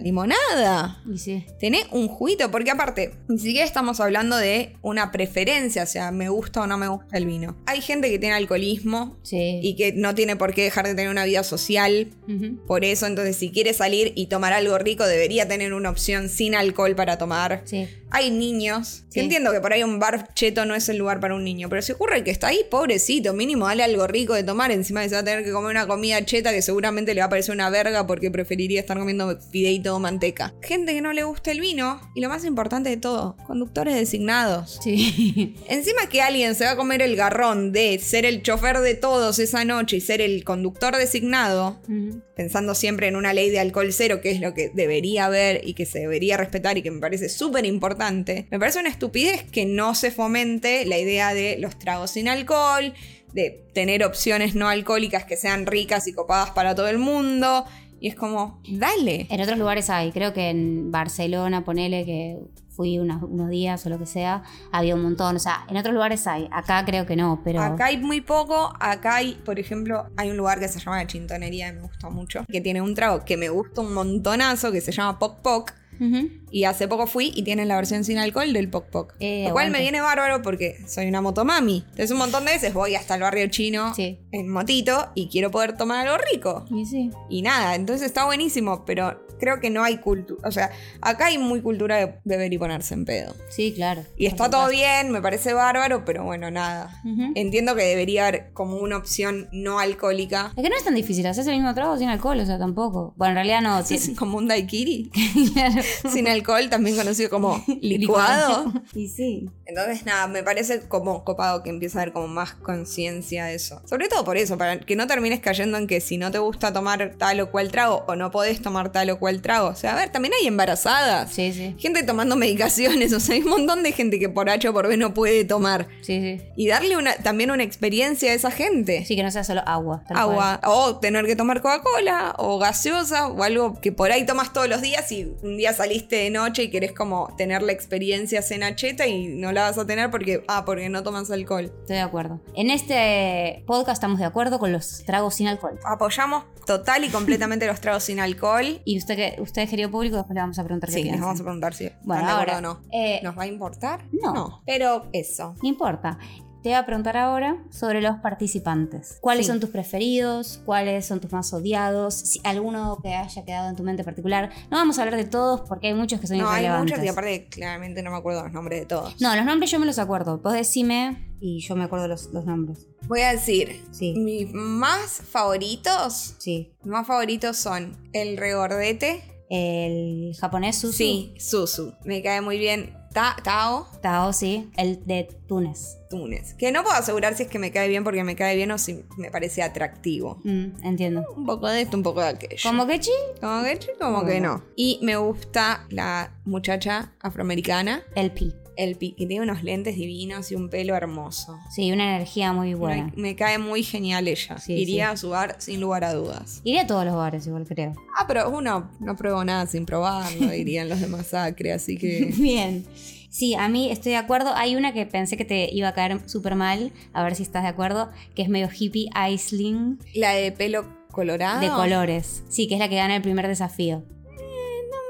[SPEAKER 2] limonada
[SPEAKER 3] Y sí.
[SPEAKER 2] tener un juguito, porque aparte, ni siquiera estamos hablando de una preferencia, o sea, me gusta o no me gusta el vino. Hay gente que tiene alcoholismo
[SPEAKER 3] Sí.
[SPEAKER 2] y que no tiene por qué dejar de tener una vida social.
[SPEAKER 3] Ujú.
[SPEAKER 2] Por eso, entonces, si quiere salir y tomar algo rico, debería tener una opción sin alcohol para tomar.
[SPEAKER 3] Sí.
[SPEAKER 2] Hay niños.
[SPEAKER 3] Sí.
[SPEAKER 2] Yo entiendo que por ahí un bar cheto no es el lugar para un niño, pero si ocurre que está ahí, pobrecito, mínimo dale algo rico de tomar. Encima que se va a tener que comer una comida cheta que seguramente le va a parecer una verga porque preferiría estar comiendo fideito o manteca. Gente que no le gusta el vino y lo más importante de todo, conductores designados.
[SPEAKER 3] Sí.
[SPEAKER 2] Encima que alguien se va a comer el garrón de ser el chofer de todos esa noche y ser el conductor designado,
[SPEAKER 3] Ujú.
[SPEAKER 2] pensando siempre en una ley de alcohol cero, que es lo que debería haber y que se debería respetar y que me parece súper importante, me parece una estupidez que no se fomente la idea de los tragos sin alcohol, de tener opciones no alcohólicas que sean ricas y copadas para todo el mundo. Y es como, dale.
[SPEAKER 3] En otros lugares hay, creo que en Barcelona, ponele que fui unos, unos días o lo que sea, había un montón. O sea, en otros lugares hay, acá creo que no, pero...
[SPEAKER 2] Acá hay muy poco, acá hay, por ejemplo, hay un lugar que se llama la Chintonería, que me gusta mucho, que tiene un trago que me gusta un montonazo, que se llama Poc Poc,
[SPEAKER 3] Ujú.
[SPEAKER 2] Y hace poco fui y tienen la versión sin alcohol del Poc Poc.
[SPEAKER 3] Eh,
[SPEAKER 2] lo cual
[SPEAKER 3] aguante.
[SPEAKER 2] me viene bárbaro porque soy una motomami. Entonces un montón de veces voy hasta el barrio chino
[SPEAKER 3] Sí.
[SPEAKER 2] en motito y quiero poder tomar algo rico.
[SPEAKER 3] Y sí.
[SPEAKER 2] Y nada, entonces está buenísimo, pero creo que no hay cultura. O sea, acá hay muy cultura de beber y ponerse en pedo.
[SPEAKER 3] Sí, claro.
[SPEAKER 2] Y está todo bien, me parece bárbaro, pero bueno, nada.
[SPEAKER 3] Ujú.
[SPEAKER 2] Entiendo que debería haber como una opción no alcohólica.
[SPEAKER 3] Es que no es tan difícil, haces el mismo trago sin alcohol, o sea, tampoco. Bueno, en realidad no. sí-
[SPEAKER 2] Es como un daiquiri.
[SPEAKER 3] claro.
[SPEAKER 2] Sin alcohol, también conocido como licuado.
[SPEAKER 3] y sí.
[SPEAKER 2] Entonces, nada, me parece como copado que empieza a haber como más conciencia de eso. Sobre todo por eso, para que no termines cayendo en que si no te gusta tomar tal o cual trago o no podés tomar tal o cual trago. O sea, a ver, también hay embarazadas.
[SPEAKER 3] Sí, sí.
[SPEAKER 2] Gente tomando medicaciones, o sea, hay un montón de gente que por H o por B no puede tomar.
[SPEAKER 3] Sí, sí.
[SPEAKER 2] Y darle una, también una experiencia a esa gente.
[SPEAKER 3] Sí, que no sea solo agua. tal
[SPEAKER 2] Agua, o tener que tomar Coca-Cola, o gaseosa, o algo que por ahí tomas todos los días y un día saliste de noche y querés como tener la experiencia cena cheta y no la vas a tener porque, ah, porque no tomas alcohol.
[SPEAKER 3] cual. Estoy de acuerdo. En este podcast estamos de acuerdo con los tragos sin alcohol.
[SPEAKER 2] Apoyamos total y completamente los tragos sin alcohol.
[SPEAKER 3] Y usted, que usted es querido público, después le vamos a preguntar qué
[SPEAKER 2] Sí, les
[SPEAKER 3] piensa.
[SPEAKER 2] vamos a preguntar si
[SPEAKER 3] Bueno,
[SPEAKER 2] están de acuerdo
[SPEAKER 3] ahora,
[SPEAKER 2] o no.
[SPEAKER 3] eh,
[SPEAKER 2] ¿Nos va a importar?
[SPEAKER 3] no.
[SPEAKER 2] Pero eso.
[SPEAKER 3] No importa. Te voy a preguntar ahora sobre los participantes. ¿Cuáles
[SPEAKER 2] Sí.
[SPEAKER 3] son tus preferidos? ¿Cuáles son tus más odiados? Si alguno que haya quedado en tu mente particular. No vamos a hablar de todos porque hay muchos que son
[SPEAKER 2] No, hay
[SPEAKER 3] irrelevantes.
[SPEAKER 2] muchos y aparte claramente no me acuerdo los nombres de todos.
[SPEAKER 3] No, los nombres yo me los acuerdo. Vos decime y yo me acuerdo los, los nombres.
[SPEAKER 2] Voy a decir,
[SPEAKER 3] Sí,
[SPEAKER 2] mis más favoritos,
[SPEAKER 3] sí.
[SPEAKER 2] mis más favoritos son el regordete,
[SPEAKER 3] El japonés Susu.
[SPEAKER 2] Sí, Susu. Me cae muy bien. Ta- Tao,
[SPEAKER 3] Tao, sí. El de Túnez.
[SPEAKER 2] Túnez. Que no puedo asegurar si es que me cae bien porque me cae bien o si me parece atractivo.
[SPEAKER 3] Mm, entiendo.
[SPEAKER 2] Un poco de esto, un poco de aquello.
[SPEAKER 3] Como que chi?
[SPEAKER 2] Como que sí, como que no. Y me gusta la muchacha afroamericana,
[SPEAKER 3] El pi.
[SPEAKER 2] el pi- que tiene unos lentes divinos y un pelo hermoso.
[SPEAKER 3] Sí, una energía muy buena.
[SPEAKER 2] Me, me cae muy genial ella.
[SPEAKER 3] Sí,
[SPEAKER 2] Iría a su bar sin lugar a dudas.
[SPEAKER 3] Iré a todos los bares, igual creo.
[SPEAKER 2] Ah, pero uno no pruebo nada sin probarlo, dirían los de masacre, así que.
[SPEAKER 3] Bien. Sí, a mí estoy de acuerdo. Hay una que pensé que te iba a caer súper mal, a ver si estás de acuerdo, que es medio hippie Isling
[SPEAKER 2] La de pelo colorado.
[SPEAKER 3] de colores. Sí, que es la que gana el primer desafío.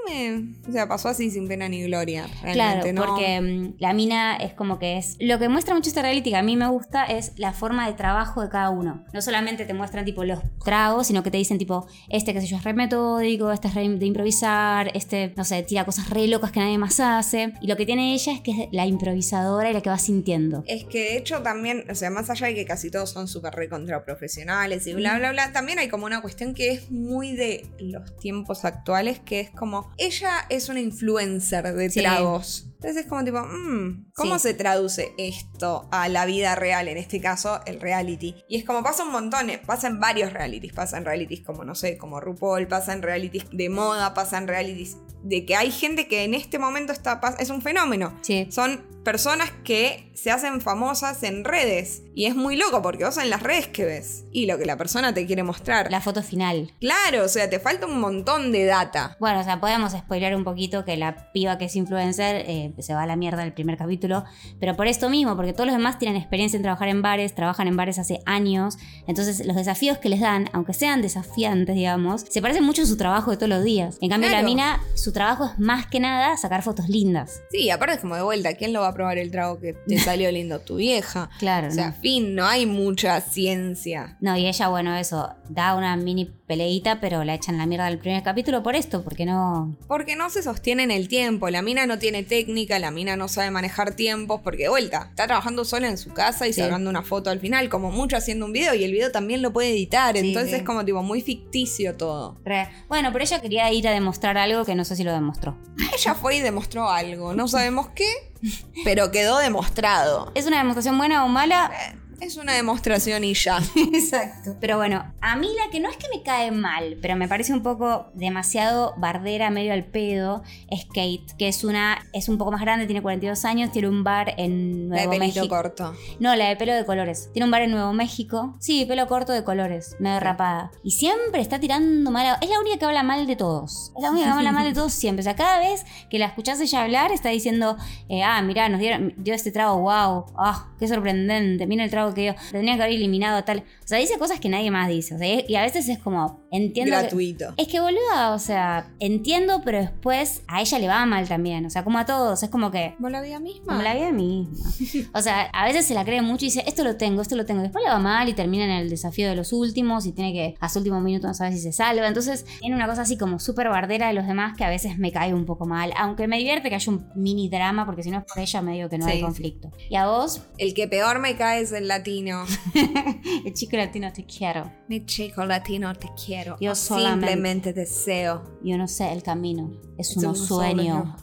[SPEAKER 2] me- o sea, pasó así sin pena ni gloria.
[SPEAKER 3] Claro,
[SPEAKER 2] Realmente, ¿no?
[SPEAKER 3] porque mm, la mina es como que es... Lo que muestra mucho este reality que a mí me gusta es la forma de trabajo de cada uno. No solamente te muestran tipo los tragos, sino que te dicen tipo, este qué sé yo es re metódico, este es re de improvisar, este, no sé, tira cosas re locas que nadie más hace. Y lo que tiene ella es que es la improvisadora y la que va sintiendo.
[SPEAKER 2] Es que de hecho también, o sea, más allá de que casi todos son súper recontraprofesionales y bla, bla, bla, también hay como una cuestión que es muy de los tiempos actuales, que es como, ella es una influencer de
[SPEAKER 3] Sí.
[SPEAKER 2] tragos. Entonces es como tipo, mm, ¿cómo
[SPEAKER 3] Sí.
[SPEAKER 2] se traduce esto a la vida real? En este caso, el reality. Y es como pasa un montón, eh, pasa en varios realities, pasa en realities como, no sé, como RuPaul, pasa en realities de moda, pasa en realities de que hay gente que en este momento está, pas- es un fenómeno.
[SPEAKER 3] Sí.
[SPEAKER 2] Son personas que se hacen famosas en redes. Y es muy loco porque vos en las redes que ves y lo que la persona te quiere mostrar.
[SPEAKER 3] La foto final.
[SPEAKER 2] Claro, o sea, te falta un montón de data.
[SPEAKER 3] Bueno, o sea, podemos spoiler un poquito que la piba que es influencer eh, se va a la mierda en el primer capítulo, pero por esto mismo, porque todos los demás tienen experiencia en trabajar en bares, trabajan en bares hace años, entonces los desafíos que les dan, aunque sean desafiantes, digamos, se parecen mucho a su trabajo de todos los días. En cambio,
[SPEAKER 2] Claro.
[SPEAKER 3] la mina, su trabajo es más que nada sacar fotos lindas.
[SPEAKER 2] Sí, y aparte es como de vuelta, ¿quién lo va a probar el trago que te salió lindo? Tu vieja.
[SPEAKER 3] Claro.
[SPEAKER 2] O sea, fin, no hay mucha ciencia.
[SPEAKER 3] No, y ella, bueno, eso, da una mini peleita, pero la echan la mierda del primer capítulo por esto, porque no...
[SPEAKER 2] Porque no se sostiene en el tiempo, la mina no tiene técnica, la mina no sabe manejar tiempos, porque de vuelta, está trabajando sola en su casa y
[SPEAKER 3] Sí.
[SPEAKER 2] sacando una foto al final, como mucho haciendo un video, y el video también lo puede editar,
[SPEAKER 3] Sí,
[SPEAKER 2] entonces
[SPEAKER 3] sí.
[SPEAKER 2] es como tipo muy ficticio todo.
[SPEAKER 3] Re- Bueno, pero ella quería ir a demostrar algo que no sé si lo demostró.
[SPEAKER 2] Ella fue y demostró algo, no sabemos qué, pero quedó demostrado.
[SPEAKER 3] ¿Es una demostración buena o mala?
[SPEAKER 2] Es una demostración y ya.
[SPEAKER 3] Exacto. Pero bueno, a mí la que no es que me cae mal, pero me parece un poco demasiado bardera, medio al pedo, es Kate, que es una es un poco más grande, tiene 42 años, tiene un bar en
[SPEAKER 2] La de
[SPEAKER 3] Nuevo
[SPEAKER 2] pelito
[SPEAKER 3] México.
[SPEAKER 2] corto.
[SPEAKER 3] No, la de pelo de colores. Tiene un bar en Nuevo México. Sí, pelo corto de colores, medio rapada. Y siempre está tirando mala. Es la única que habla mal de todos. Es la única que habla mal de todos siempre. O sea, cada vez que la escuchás ella hablar, está diciendo, eh, ah, mirá, nos dieron, dio este trago, wow, ah, qué sorprendente, mira el trago que dio. Tendría que haber eliminado a tal. O sea, dice cosas que nadie más dice. O sea, y a veces es como, Entiendo. que-
[SPEAKER 2] gratuito.
[SPEAKER 3] es que boluda, o sea, entiendo, pero después a ella le va mal también. O sea, como a todos. Es como que
[SPEAKER 2] Como la vida misma.
[SPEAKER 3] como la vida misma. O sea, a veces se la cree mucho y dice, esto lo tengo, esto lo tengo. Después le va mal y termina en el desafío de los últimos y tiene que, a su último minuto no sabe si se salva. Entonces, tiene una cosa así como súper bardera de los demás que a veces me cae un poco mal. Aunque me divierte que haya un mini drama porque si no es por ella me digo que no
[SPEAKER 2] Sí,
[SPEAKER 3] hay
[SPEAKER 2] sí.
[SPEAKER 3] conflicto. Y a vos,
[SPEAKER 2] El que peor me cae es el latino.
[SPEAKER 3] el chico latino te quiero.
[SPEAKER 2] Mi chico latino, te quiero.
[SPEAKER 3] Yo
[SPEAKER 2] O
[SPEAKER 3] solamente-
[SPEAKER 2] Simplemente deseo.
[SPEAKER 3] Yo no sé el camino. Es,
[SPEAKER 2] Es
[SPEAKER 3] un,
[SPEAKER 2] un
[SPEAKER 3] sueño
[SPEAKER 2] sueño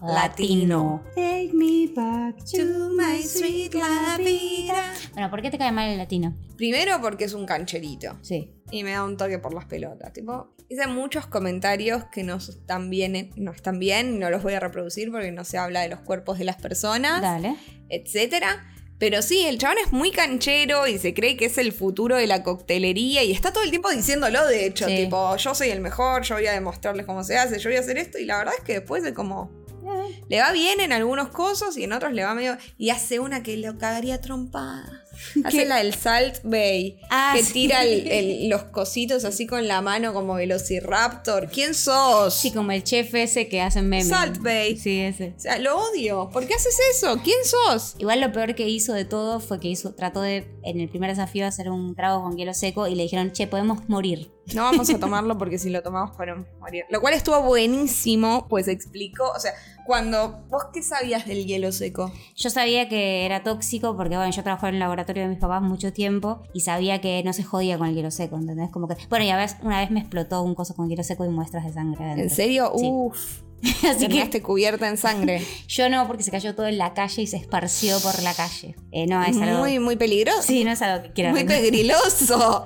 [SPEAKER 2] latino.
[SPEAKER 3] latino. Take me back
[SPEAKER 2] To my sweet la vida.
[SPEAKER 3] Bueno, ¿por qué te cae mal el latino?
[SPEAKER 2] Primero porque es un cancherito.
[SPEAKER 3] Sí.
[SPEAKER 2] y me da un toque por las pelotas. Tipo, hice muchos comentarios que no están bien, no están bien, no los voy a reproducir porque no se habla de los cuerpos de las personas,
[SPEAKER 3] Dale.
[SPEAKER 2] etcétera. Pero sí, el chabón es muy canchero y se cree que es el futuro de la coctelería y está todo el tiempo diciéndolo, de hecho,
[SPEAKER 3] Sí.
[SPEAKER 2] tipo, yo soy el mejor, yo voy a demostrarles cómo se hace, yo voy a hacer esto y la verdad es que después de como
[SPEAKER 3] Eh.
[SPEAKER 2] le va bien en algunos cosas y en otros le va medio y hace una que lo cagaría trompada. Hace la del Salt Bay,
[SPEAKER 3] Ah,
[SPEAKER 2] que
[SPEAKER 3] sí.
[SPEAKER 2] tira el- el- los cositos así con la mano como Velociraptor. ¿Quién sos?
[SPEAKER 3] Sí, como el chef ese que hacen memes.
[SPEAKER 2] Salt Bay.
[SPEAKER 3] Sí, ese.
[SPEAKER 2] O sea, lo odio. ¿Por qué haces eso? ¿Quién sos?
[SPEAKER 3] Igual lo peor que hizo de todo fue que hizo, trató de, en el primer desafío, hacer un trago con hielo seco y le dijeron, che, podemos morir.
[SPEAKER 2] No vamos a tomarlo porque si lo tomamos podemos morir. Lo cual estuvo buenísimo, pues explicó. O sea, cuando. ¿Vos qué sabías del hielo seco?
[SPEAKER 3] Yo sabía que era tóxico porque, bueno, yo trabajaba en el laboratorio de mis papás mucho tiempo y sabía que no se jodía con el hielo seco, ¿entendés? Como que, bueno, y a veces, una vez me explotó un coso con hielo seco y muestras de sangre adentro.
[SPEAKER 2] ¿En serio?
[SPEAKER 3] Sí.
[SPEAKER 2] Uf.
[SPEAKER 3] Así que
[SPEAKER 2] Terminaste cubierta en sangre.
[SPEAKER 3] yo no, porque se cayó todo en la calle y se esparció por la calle. Eh, no, es algo...
[SPEAKER 2] Muy, muy peligroso.
[SPEAKER 3] Sí, no es algo que quiero
[SPEAKER 2] Muy
[SPEAKER 3] arreglar.
[SPEAKER 2] pegriloso.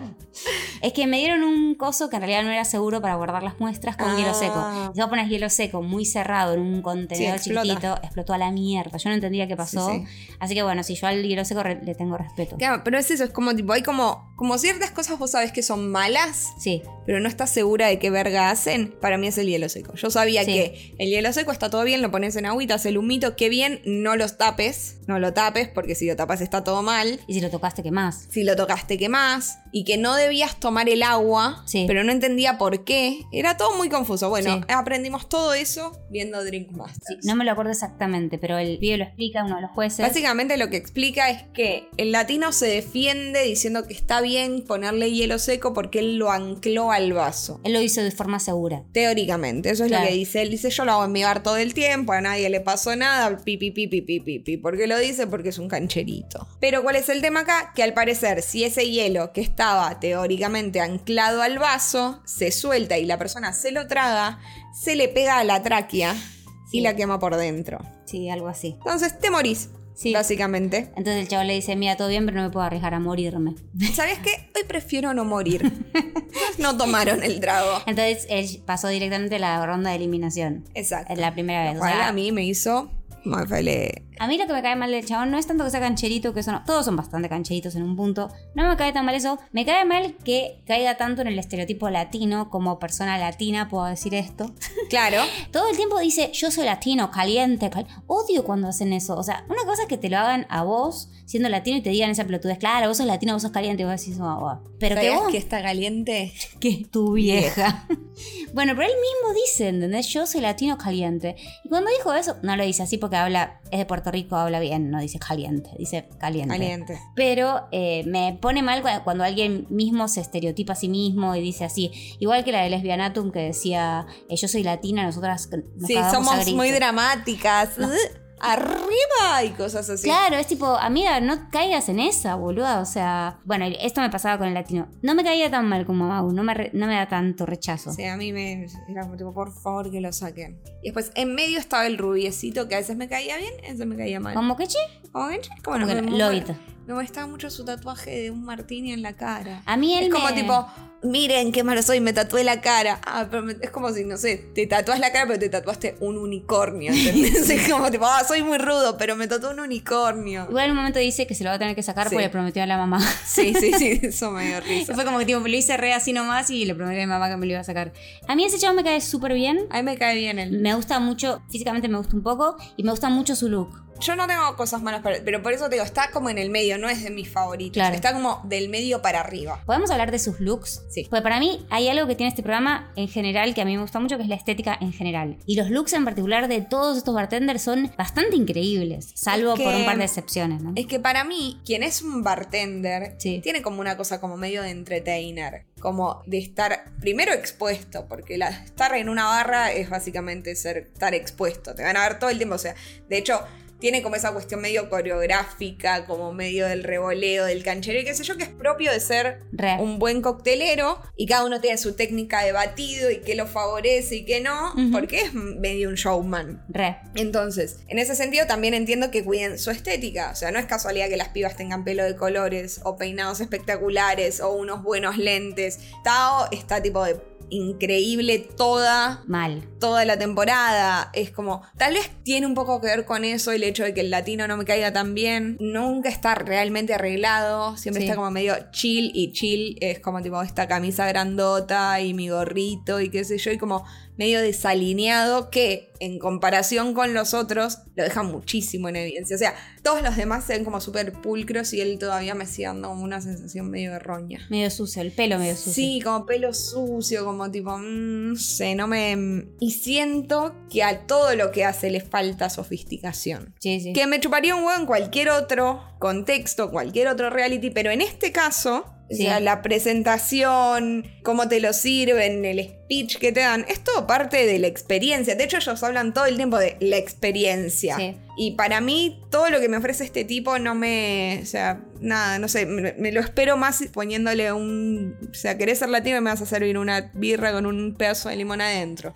[SPEAKER 3] Es que me dieron un coso que en realidad no era seguro para guardar las muestras con
[SPEAKER 2] Ah.
[SPEAKER 3] hielo seco. Si vos pones hielo seco muy cerrado en un contenedor
[SPEAKER 2] Sí, explota.
[SPEAKER 3] chiquitito, explotó a la mierda. Yo no entendía qué pasó.
[SPEAKER 2] Sí,
[SPEAKER 3] Así que bueno, si yo al hielo seco re- le tengo respeto.
[SPEAKER 2] Claro, pero es eso, es como tipo, hay como, como ciertas cosas vos sabés que son malas,
[SPEAKER 3] Sí,
[SPEAKER 2] pero no estás segura de qué verga hacen. Para mí es el hielo seco. Yo sabía
[SPEAKER 3] Sí.
[SPEAKER 2] que el hielo seco está todo bien, lo pones en agüita, hace el humito, qué bien, no los tapes, no lo tapes, porque si lo tapas está todo mal.
[SPEAKER 3] y si lo tocaste, ¿qué más?
[SPEAKER 2] Si lo tocaste, quemás. Y que no debías tomar el agua,
[SPEAKER 3] Sí.
[SPEAKER 2] pero no entendía por qué. Era todo muy confuso. Bueno,
[SPEAKER 3] Sí.
[SPEAKER 2] aprendimos todo eso viendo Drink Masters.
[SPEAKER 3] No me lo acuerdo exactamente, pero el video lo explica uno de los jueces.
[SPEAKER 2] Básicamente lo que explica es que el latino se defiende diciendo que está bien ponerle hielo seco porque él lo ancló al vaso.
[SPEAKER 3] Él lo hizo de forma segura.
[SPEAKER 2] Teóricamente, eso es
[SPEAKER 3] Claro.
[SPEAKER 2] lo que dice. Él dice, yo lo hago en mi bar todo el tiempo, a nadie le pasó nada, pi, pi, pi, pi, pi, pi, pi. ¿Por qué lo dice? Porque es un cancherito. Pero ¿cuál es el tema acá? Que al parecer, si ese hielo que estaba teóricamente anclado al vaso se suelta y la persona se lo traga, se le pega a la tráquea
[SPEAKER 3] Sí.
[SPEAKER 2] y la quema por dentro.
[SPEAKER 3] Sí, algo así.
[SPEAKER 2] Entonces te morís,
[SPEAKER 3] Sí.
[SPEAKER 2] básicamente.
[SPEAKER 3] Entonces el chavo le dice, mira, todo bien, pero no me puedo arriesgar a morirme.
[SPEAKER 2] ¿Sabes qué? Hoy prefiero no morir. No tomaron el trago.
[SPEAKER 3] Entonces él pasó directamente a la ronda de eliminación.
[SPEAKER 2] Exacto.
[SPEAKER 3] Es la primera vez. o
[SPEAKER 2] Igual
[SPEAKER 3] sea,
[SPEAKER 2] a mí me hizo muy feliz.
[SPEAKER 3] A mí lo que me cae mal del chabón no es tanto que sea cancherito, que eso no. Todos son bastante cancheritos en un punto. No me cae tan mal eso. Me cae mal que caiga tanto en el estereotipo latino como persona latina, puedo decir esto.
[SPEAKER 2] Claro.
[SPEAKER 3] Todo el tiempo dice, yo soy latino, caliente. cal-". Odio cuando hacen eso. O sea, una cosa es que te lo hagan a vos, siendo latino, y te digan esa pelotudez. Claro, vos sos latino, vos sos caliente. Y vos decís, "Ah, ah". Pero que
[SPEAKER 2] ¿Sabías
[SPEAKER 3] vos...
[SPEAKER 2] que está caliente?
[SPEAKER 3] que tu vieja. bueno, pero él mismo dice, ¿entendés? Yo soy latino caliente. Y cuando dijo eso, no lo dice así porque habla, es de Puerto Rico, habla bien, no dice caliente, dice caliente.
[SPEAKER 2] Caliente.
[SPEAKER 3] Pero eh, me pone mal cu- cuando alguien mismo se estereotipa a sí mismo y dice así. Igual que la de Lesbianatum que decía, eh, yo soy latina, nosotras nos
[SPEAKER 2] Sí,
[SPEAKER 3] cagamos a
[SPEAKER 2] somos
[SPEAKER 3] gritos".
[SPEAKER 2] muy dramáticas. Arriba y cosas así.
[SPEAKER 3] Claro, es tipo, amiga, no caigas en esa, boluda. O sea, bueno, esto me pasaba con el latino. No me caía tan mal como Mau, no me, re- no me da tanto rechazo.
[SPEAKER 2] O sea, a mí me era como tipo, por favor que lo saquen. Y después en medio estaba el rubiecito que a veces me caía bien, a veces me caía mal.
[SPEAKER 3] Como que che,
[SPEAKER 2] Como que, como
[SPEAKER 3] Como que no,
[SPEAKER 2] me,
[SPEAKER 3] Lobito.
[SPEAKER 2] me molestaba mucho su tatuaje de un martini en la cara.
[SPEAKER 3] A mí él
[SPEAKER 2] Es como
[SPEAKER 3] me-
[SPEAKER 2] tipo, miren qué malo soy, me tatué la cara. Ah, pero me- es como si, no sé, te tatuás la cara, pero te tatuaste un unicornio. ¿entendés? es como tipo, ah, soy muy rudo, pero me tatué un unicornio.
[SPEAKER 3] Igual en un momento dice que se lo va a tener que sacar
[SPEAKER 2] Sí.
[SPEAKER 3] porque le prometió a la mamá.
[SPEAKER 2] Sí, sí, sí, eso me dio risa.
[SPEAKER 3] Fue como que tipo, lo hice re así nomás y le prometí a mi mamá que me lo iba a sacar. A mí ese chavo me cae súper bien.
[SPEAKER 2] A mí me cae bien él.
[SPEAKER 3] Me gusta mucho, físicamente me gusta un poco y me gusta mucho su look.
[SPEAKER 2] Yo no tengo cosas malas, para- pero por eso te digo, está como en el medio, no es de mis favoritos.
[SPEAKER 3] Claro.
[SPEAKER 2] Está como del medio para arriba.
[SPEAKER 3] ¿Podemos hablar de sus looks?
[SPEAKER 2] Sí.
[SPEAKER 3] Porque para mí hay algo que tiene este programa en general que a mí me gusta mucho, que es la estética en general. Y los looks en particular de todos estos bartenders son bastante increíbles, salvo
[SPEAKER 2] Es que-
[SPEAKER 3] por un par de excepciones, ¿no?
[SPEAKER 2] Es que para mí, quien es un bartender,
[SPEAKER 3] Sí.
[SPEAKER 2] tiene como una cosa como medio de entertainer, como de estar primero expuesto, porque la- estar en una barra es básicamente ser, estar expuesto, te van a ver todo el tiempo, o sea, de hecho... Tiene como esa cuestión medio coreográfica, como medio del revoleo, del canchereo, y qué sé yo, que es propio de ser
[SPEAKER 3] Re.
[SPEAKER 2] un buen coctelero y cada uno tiene su técnica de batido y qué lo favorece y qué no,
[SPEAKER 3] Ujú.
[SPEAKER 2] porque es medio un showman.
[SPEAKER 3] Re.
[SPEAKER 2] Entonces, en ese sentido también entiendo que cuiden su estética. O sea, no es casualidad que las pibas tengan pelo de colores o peinados espectaculares o unos buenos lentes. Tao está tipo de increíble toda
[SPEAKER 3] Mal.
[SPEAKER 2] toda la temporada. Es como, tal vez tiene un poco que ver con eso el hecho de que el latino no me caiga tan bien. Nunca está realmente arreglado, siempre
[SPEAKER 3] Sí.
[SPEAKER 2] está como medio chill y chill. Es como tipo esta camisa grandota y mi gorrito y qué sé yo, y como medio desalineado que en comparación con los otros lo deja muchísimo en evidencia. O sea, todos los demás se ven como súper pulcros y él todavía me sigue dando como una sensación medio errónea.
[SPEAKER 3] Medio sucio, el pelo medio sucio.
[SPEAKER 2] Sí, como pelo sucio, como tipo, mm, no sé, no me... mm. Y siento que a todo lo que hace le falta sofisticación.
[SPEAKER 3] Sí, sí.
[SPEAKER 2] Que me chuparía un huevo en cualquier otro contexto, cualquier otro reality, pero en este caso, o
[SPEAKER 3] Sí.
[SPEAKER 2] sea, la presentación, cómo te lo sirven, el speech que te dan, es todo parte de la experiencia. De hecho, ellos hablan todo el tiempo de la experiencia.
[SPEAKER 3] Sí.
[SPEAKER 2] Y para mí, todo lo que me ofrece este tipo no me. O sea, nada, no sé, me, me lo espero más poniéndole un. O sea, querés ser latino y me vas a servir una birra con un pedazo de limón adentro.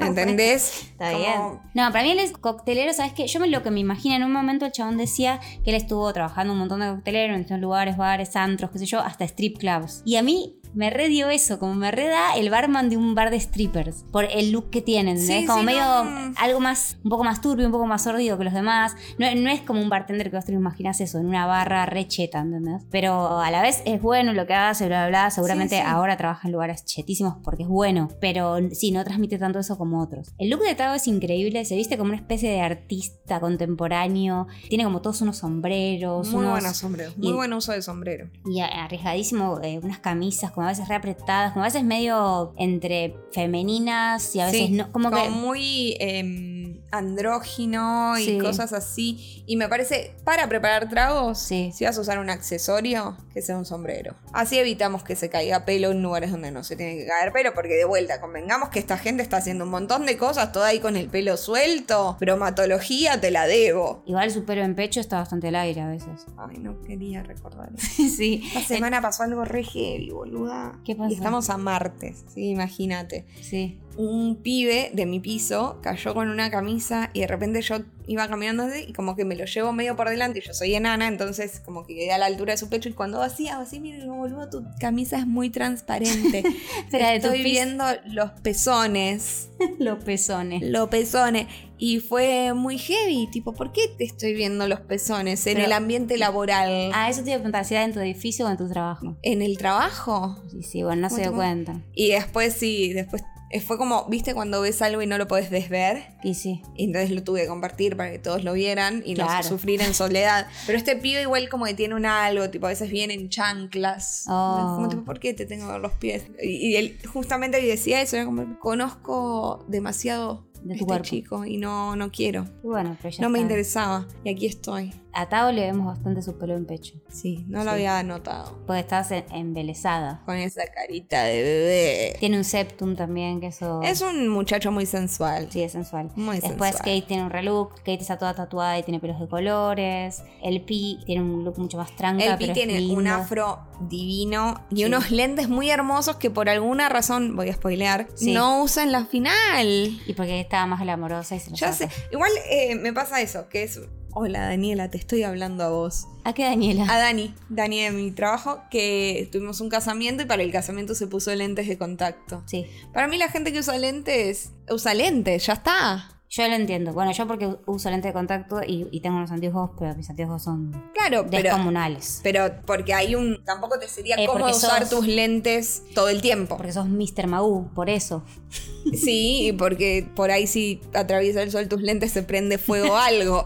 [SPEAKER 2] ¿Entendés?
[SPEAKER 3] Está
[SPEAKER 2] Como-
[SPEAKER 3] bien. No, para mí él es coctelero, ¿sabes qué? Yo me lo que me imagino, en un momento el chabón decía que él estuvo trabajando un montón de coctelero en distintos lugares, bares, antros, qué sé yo, hasta strip clubs. Y a mí me redió eso, como me reda el barman de un bar de strippers, por el look que tienen,
[SPEAKER 2] Sí,
[SPEAKER 3] es como
[SPEAKER 2] sí,
[SPEAKER 3] medio
[SPEAKER 2] no.
[SPEAKER 3] algo más, un poco más turbio, un poco más sordido que los demás. No, no es como un bartender que vos te lo imaginas eso, en una barra recheta, ¿entendés? Pero a la vez es bueno lo que hace, bla, bla, bla. Seguramente
[SPEAKER 2] Sí, sí.
[SPEAKER 3] ahora trabaja en lugares chetísimos porque es bueno, pero sí, no transmite tanto eso como otros. El look de Tao es increíble, se viste como una especie de artista contemporáneo, tiene como todos unos sombreros,
[SPEAKER 2] Muy
[SPEAKER 3] unos...
[SPEAKER 2] buenos sombreros, muy
[SPEAKER 3] y-
[SPEAKER 2] buen uso de sombrero.
[SPEAKER 3] Y a- arriesgadísimo, eh, unas camisas como a veces re apretadas, como a veces medio entre femeninas y a veces
[SPEAKER 2] Sí,
[SPEAKER 3] no. Como, que.
[SPEAKER 2] muy eh, andrógino y
[SPEAKER 3] Sí.
[SPEAKER 2] cosas así. Y me parece, para preparar tragos,
[SPEAKER 3] Sí.
[SPEAKER 2] si vas a usar un accesorio, que sea un sombrero. Así evitamos que se caiga pelo en lugares donde no se tiene que caer pelo, porque de vuelta, convengamos que esta gente está haciendo un montón de cosas, toda ahí con el pelo suelto. Bromatología, te la debo.
[SPEAKER 3] Igual su pelo en pecho está bastante al aire a veces.
[SPEAKER 2] Ay, no quería recordar eso.
[SPEAKER 3] sí.
[SPEAKER 2] Esta semana pasó algo re heavy, boluda.
[SPEAKER 3] ¿Qué pasó?
[SPEAKER 2] Y estamos a martes, sí, imagínate.
[SPEAKER 3] Sí.
[SPEAKER 2] un pibe de mi piso cayó con una camisa y de repente yo iba caminando así y como que me lo llevo medio por delante y yo soy enana, entonces como que quedé a la altura de su pecho y cuando hago así, hago así, mira, y digo, boludo, tu camisa es muy transparente.
[SPEAKER 3] Era de tu
[SPEAKER 2] Estoy
[SPEAKER 3] pis-
[SPEAKER 2] viendo los pezones,
[SPEAKER 3] Los pezones.
[SPEAKER 2] los pezones. Y fue muy heavy, tipo, ¿por qué te estoy viendo los pezones en
[SPEAKER 3] Pero-
[SPEAKER 2] el ambiente laboral?
[SPEAKER 3] Ah, eso te iba a preguntar si era en tu edificio o en tu trabajo.
[SPEAKER 2] ¿En el trabajo?
[SPEAKER 3] Sí, sí, bueno, no se
[SPEAKER 2] Bueno,
[SPEAKER 3] dio
[SPEAKER 2] tipo-
[SPEAKER 3] cuenta.
[SPEAKER 2] Y después sí, después eh, fue como, ¿viste cuando ves algo y no lo podés desver?
[SPEAKER 3] Y sí.
[SPEAKER 2] Y entonces lo tuve que compartir para que todos lo vieran y
[SPEAKER 3] Claro.
[SPEAKER 2] no sufrir en soledad. Pero este pibe igual como que tiene un algo, tipo a veces viene en chanclas.
[SPEAKER 3] Oh.
[SPEAKER 2] Como tipo, ¿por qué te tengo que ver los pies? Y, y él justamente le decía eso, era como, conozco demasiado
[SPEAKER 3] De
[SPEAKER 2] de
[SPEAKER 3] tu
[SPEAKER 2] este
[SPEAKER 3] cuerpo.
[SPEAKER 2] chico y no, no quiero.
[SPEAKER 3] Y bueno, pero ya
[SPEAKER 2] no me
[SPEAKER 3] está.
[SPEAKER 2] interesaba. Y aquí estoy.
[SPEAKER 3] A Tao le vemos bastante su pelo en pecho.
[SPEAKER 2] Sí, no
[SPEAKER 3] Sí.
[SPEAKER 2] lo había notado.
[SPEAKER 3] Porque estás en- embelesada.
[SPEAKER 2] Con esa carita de bebé.
[SPEAKER 3] Tiene un septum también, que eso.
[SPEAKER 2] Es un muchacho muy sensual.
[SPEAKER 3] Sí, es sensual.
[SPEAKER 2] Muy
[SPEAKER 3] Después
[SPEAKER 2] sensual.
[SPEAKER 3] Kate tiene un relook, Kate está toda tatuada y tiene pelos de colores. El Pi tiene un look mucho más tranca.
[SPEAKER 2] El
[SPEAKER 3] pero
[SPEAKER 2] Pi
[SPEAKER 3] es
[SPEAKER 2] tiene un
[SPEAKER 3] lindo.
[SPEAKER 2] afro divino y
[SPEAKER 3] Sí.
[SPEAKER 2] unos lentes muy hermosos que por alguna razón, voy a spoilear,
[SPEAKER 3] Sí.
[SPEAKER 2] no usa en la final.
[SPEAKER 3] Y porque estaba más glamorosa y se lo
[SPEAKER 2] Ya
[SPEAKER 3] saca.
[SPEAKER 2] sé. Igual eh, me pasa eso, que es. Hola Daniela, te estoy hablando a vos.
[SPEAKER 3] ¿A qué Daniela?
[SPEAKER 2] A Dani, Dani de mi trabajo, que tuvimos un casamiento y para el casamiento se puso lentes de contacto.
[SPEAKER 3] Sí.
[SPEAKER 2] Para mí la gente que usa lentes, usa lentes, ya está.
[SPEAKER 3] Yo lo entiendo. Bueno, yo porque uso lente de contacto y, y tengo unos anteojos, pero mis anteojos son
[SPEAKER 2] Claro, pero...
[SPEAKER 3] descomunales.
[SPEAKER 2] Pero porque hay un... Tampoco te sería
[SPEAKER 3] Eh,
[SPEAKER 2] cómodo
[SPEAKER 3] porque
[SPEAKER 2] usar
[SPEAKER 3] sos-
[SPEAKER 2] tus lentes todo el tiempo.
[SPEAKER 3] Porque sos Mr. Mau, por eso.
[SPEAKER 2] Sí, y porque por ahí si atraviesa el sol tus lentes se prende fuego algo.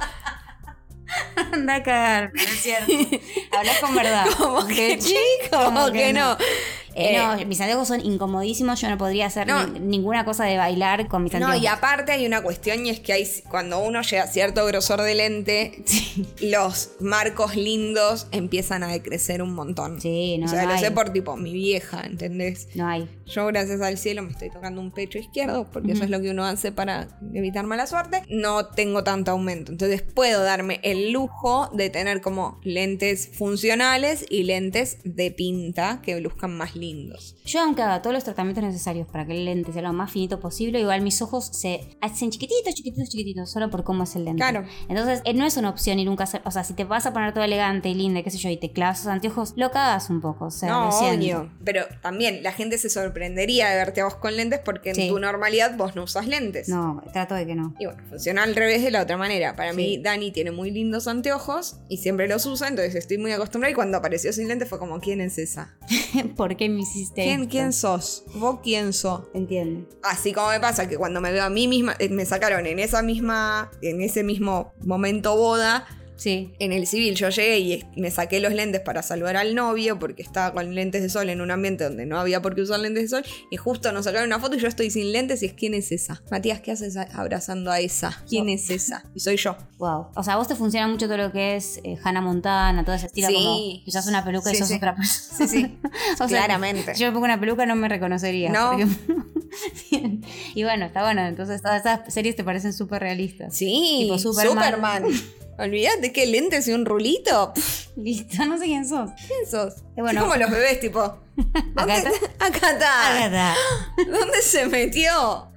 [SPEAKER 3] Anda a cagar, no es cierto. Hablas con verdad.
[SPEAKER 2] Como que sí, como que no.
[SPEAKER 3] Eh, no, mis anteojos son incomodísimos, yo no podría hacer
[SPEAKER 2] No.
[SPEAKER 3] ni- ninguna cosa de bailar con mis
[SPEAKER 2] No,
[SPEAKER 3] anteojos.
[SPEAKER 2] y aparte hay una cuestión y es que hay, cuando uno llega a cierto grosor de lente,
[SPEAKER 3] Sí.
[SPEAKER 2] los marcos lindos empiezan a decrecer un montón.
[SPEAKER 3] Sí, no,
[SPEAKER 2] O sea,
[SPEAKER 3] no
[SPEAKER 2] lo
[SPEAKER 3] hay.
[SPEAKER 2] sé por tipo mi vieja, ¿entendés?
[SPEAKER 3] No hay.
[SPEAKER 2] Yo, gracias al cielo, me estoy tocando un pecho izquierdo, porque eso es lo que uno hace para evitar mala suerte. No tengo tanto aumento. Entonces puedo darme el lujo de tener como lentes funcionales y lentes de pinta que luzcan más lindos.
[SPEAKER 3] Yo, aunque haga todos los tratamientos necesarios para que el lente sea lo más finito posible, igual mis ojos se hacen chiquititos, chiquititos, chiquititos, solo por cómo es el lente.
[SPEAKER 2] Claro.
[SPEAKER 3] Entonces, eh, no es una opción y nunca hacer. O sea, si te vas a poner todo elegante y linda, qué sé yo, y te clavas esos anteojos, lo cagas un poco. O sea,
[SPEAKER 2] No,
[SPEAKER 3] lo siento.
[SPEAKER 2] obvio. Pero también la gente se sorprendería de verte a vos con lentes porque en
[SPEAKER 3] Sí.
[SPEAKER 2] tu normalidad vos no usas lentes.
[SPEAKER 3] No, trato de que no.
[SPEAKER 2] Y bueno, funciona al revés de la otra manera. Para
[SPEAKER 3] Sí.
[SPEAKER 2] mí, Dani tiene muy lindos anteojos y siempre los usa, entonces estoy muy acostumbrada. Y cuando apareció sin lentes fue como, ¿quién es esa?
[SPEAKER 3] ¿Por qué me hiciste
[SPEAKER 2] ¿Quién,
[SPEAKER 3] esto?
[SPEAKER 2] quién sos? ¿Vos quién sos?
[SPEAKER 3] Entiendo.
[SPEAKER 2] Así como me pasa que cuando me veo a mí misma, eh, me sacaron en esa misma, en ese mismo momento boda,
[SPEAKER 3] Sí.
[SPEAKER 2] en el civil yo llegué y es- me saqué los lentes para saludar al novio porque estaba con lentes de sol en un ambiente donde no había por qué usar lentes de sol y justo nos sacaron una foto y yo estoy sin lentes y es ¿quién es esa? Matías, ¿qué haces a- abrazando a esa? ¿Quién
[SPEAKER 3] Yo.
[SPEAKER 2] es esa? Y soy yo.
[SPEAKER 3] Wow. O sea, a vos te funciona mucho todo lo que es eh, Hannah Montana, todo ese estilo
[SPEAKER 2] Sí.
[SPEAKER 3] como usas una peluca y
[SPEAKER 2] Sí,
[SPEAKER 3] sos
[SPEAKER 2] sí.
[SPEAKER 3] otra
[SPEAKER 2] Sí,
[SPEAKER 3] persona.
[SPEAKER 2] sí.
[SPEAKER 3] O sea,
[SPEAKER 2] Claramente.
[SPEAKER 3] Si yo me pongo una peluca no me reconocería.
[SPEAKER 2] No.
[SPEAKER 3] por ejemplo. Bien. y bueno, está bueno. Entonces todas esas series te parecen súper realistas.
[SPEAKER 2] Sí,
[SPEAKER 3] Tipo Superman.
[SPEAKER 2] Superman. Olvídate qué lentes y un rulito. Pff,
[SPEAKER 3] Listo, no sé quién sos.
[SPEAKER 2] ¿Quién sos?
[SPEAKER 3] Y bueno.
[SPEAKER 2] Es como los bebés, tipo.
[SPEAKER 3] Acá
[SPEAKER 2] ¿dónde- Acá está. ¿Dónde se metió?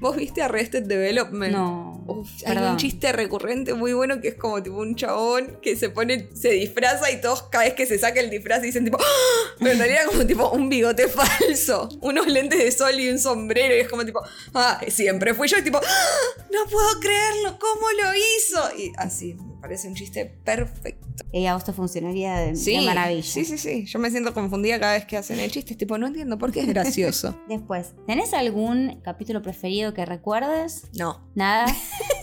[SPEAKER 2] ¿Vos viste Arrested Development?
[SPEAKER 3] No.
[SPEAKER 2] Uf, hay
[SPEAKER 3] perdón.
[SPEAKER 2] un chiste recurrente muy bueno que es como tipo un chabón que se pone, se disfraza y todos cada vez que se saca el disfraz dicen tipo, ¡Ah! pero en realidad era como tipo un bigote falso, unos lentes de sol y un sombrero y es como tipo, ah, siempre fui yo y tipo, ¡Ah! no puedo creerlo, ¿cómo lo hizo? Y así, me parece un chiste perfecto.
[SPEAKER 3] Y a vos te funcionaría de, de maravilla.
[SPEAKER 2] Sí, sí, sí, yo me siento confundida cada vez que hacen el chiste, es tipo, no entiendo por qué es gracioso.
[SPEAKER 3] Después, ¿tenés algún capítulo preferido que recuerdes?
[SPEAKER 2] no.
[SPEAKER 3] Nada.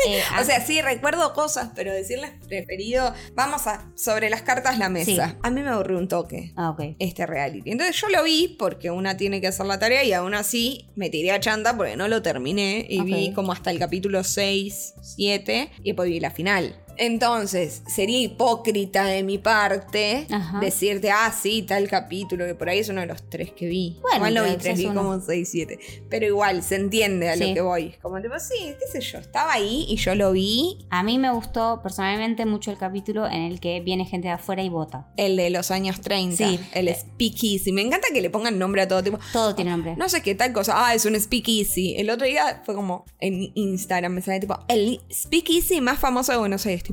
[SPEAKER 3] Eh,
[SPEAKER 2] O sea, sí, recuerdo cosas, pero decirles preferido. Vamos a sobre las cartas la mesa.
[SPEAKER 3] Sí.
[SPEAKER 2] A mí me aburrió un toque
[SPEAKER 3] Ah, ok.
[SPEAKER 2] este reality. Entonces yo lo vi porque una tiene que hacer la tarea y aún así me tiré a chanta porque no lo terminé y
[SPEAKER 3] Ok.
[SPEAKER 2] vi como hasta el capítulo 6, 7 y después vi la final. Entonces, sería hipócrita de mi parte
[SPEAKER 3] Ajá.
[SPEAKER 2] decirte, ah, sí, tal capítulo, que por ahí es uno de los tres que vi.
[SPEAKER 3] Bueno,
[SPEAKER 2] igual no
[SPEAKER 3] pero
[SPEAKER 2] vi tres,
[SPEAKER 3] quizás
[SPEAKER 2] vi
[SPEAKER 3] uno.
[SPEAKER 2] como seis, siete. Pero igual, se entiende a
[SPEAKER 3] Sí.
[SPEAKER 2] lo que voy. Como tipo, sí, qué sé yo, estaba ahí y yo lo vi,
[SPEAKER 3] A mí me gustó personalmente mucho el capítulo en el que viene gente de afuera y vota.
[SPEAKER 2] el de los años 30,
[SPEAKER 3] Sí.
[SPEAKER 2] el speakeasy. Me encanta que le pongan nombre a todo tipo.
[SPEAKER 3] Todo tiene nombre.
[SPEAKER 2] No sé qué tal cosa. Ah, es un speakeasy. El otro día fue como en Instagram me sale tipo el speakeasy más famoso de Buenos Aires, tipo.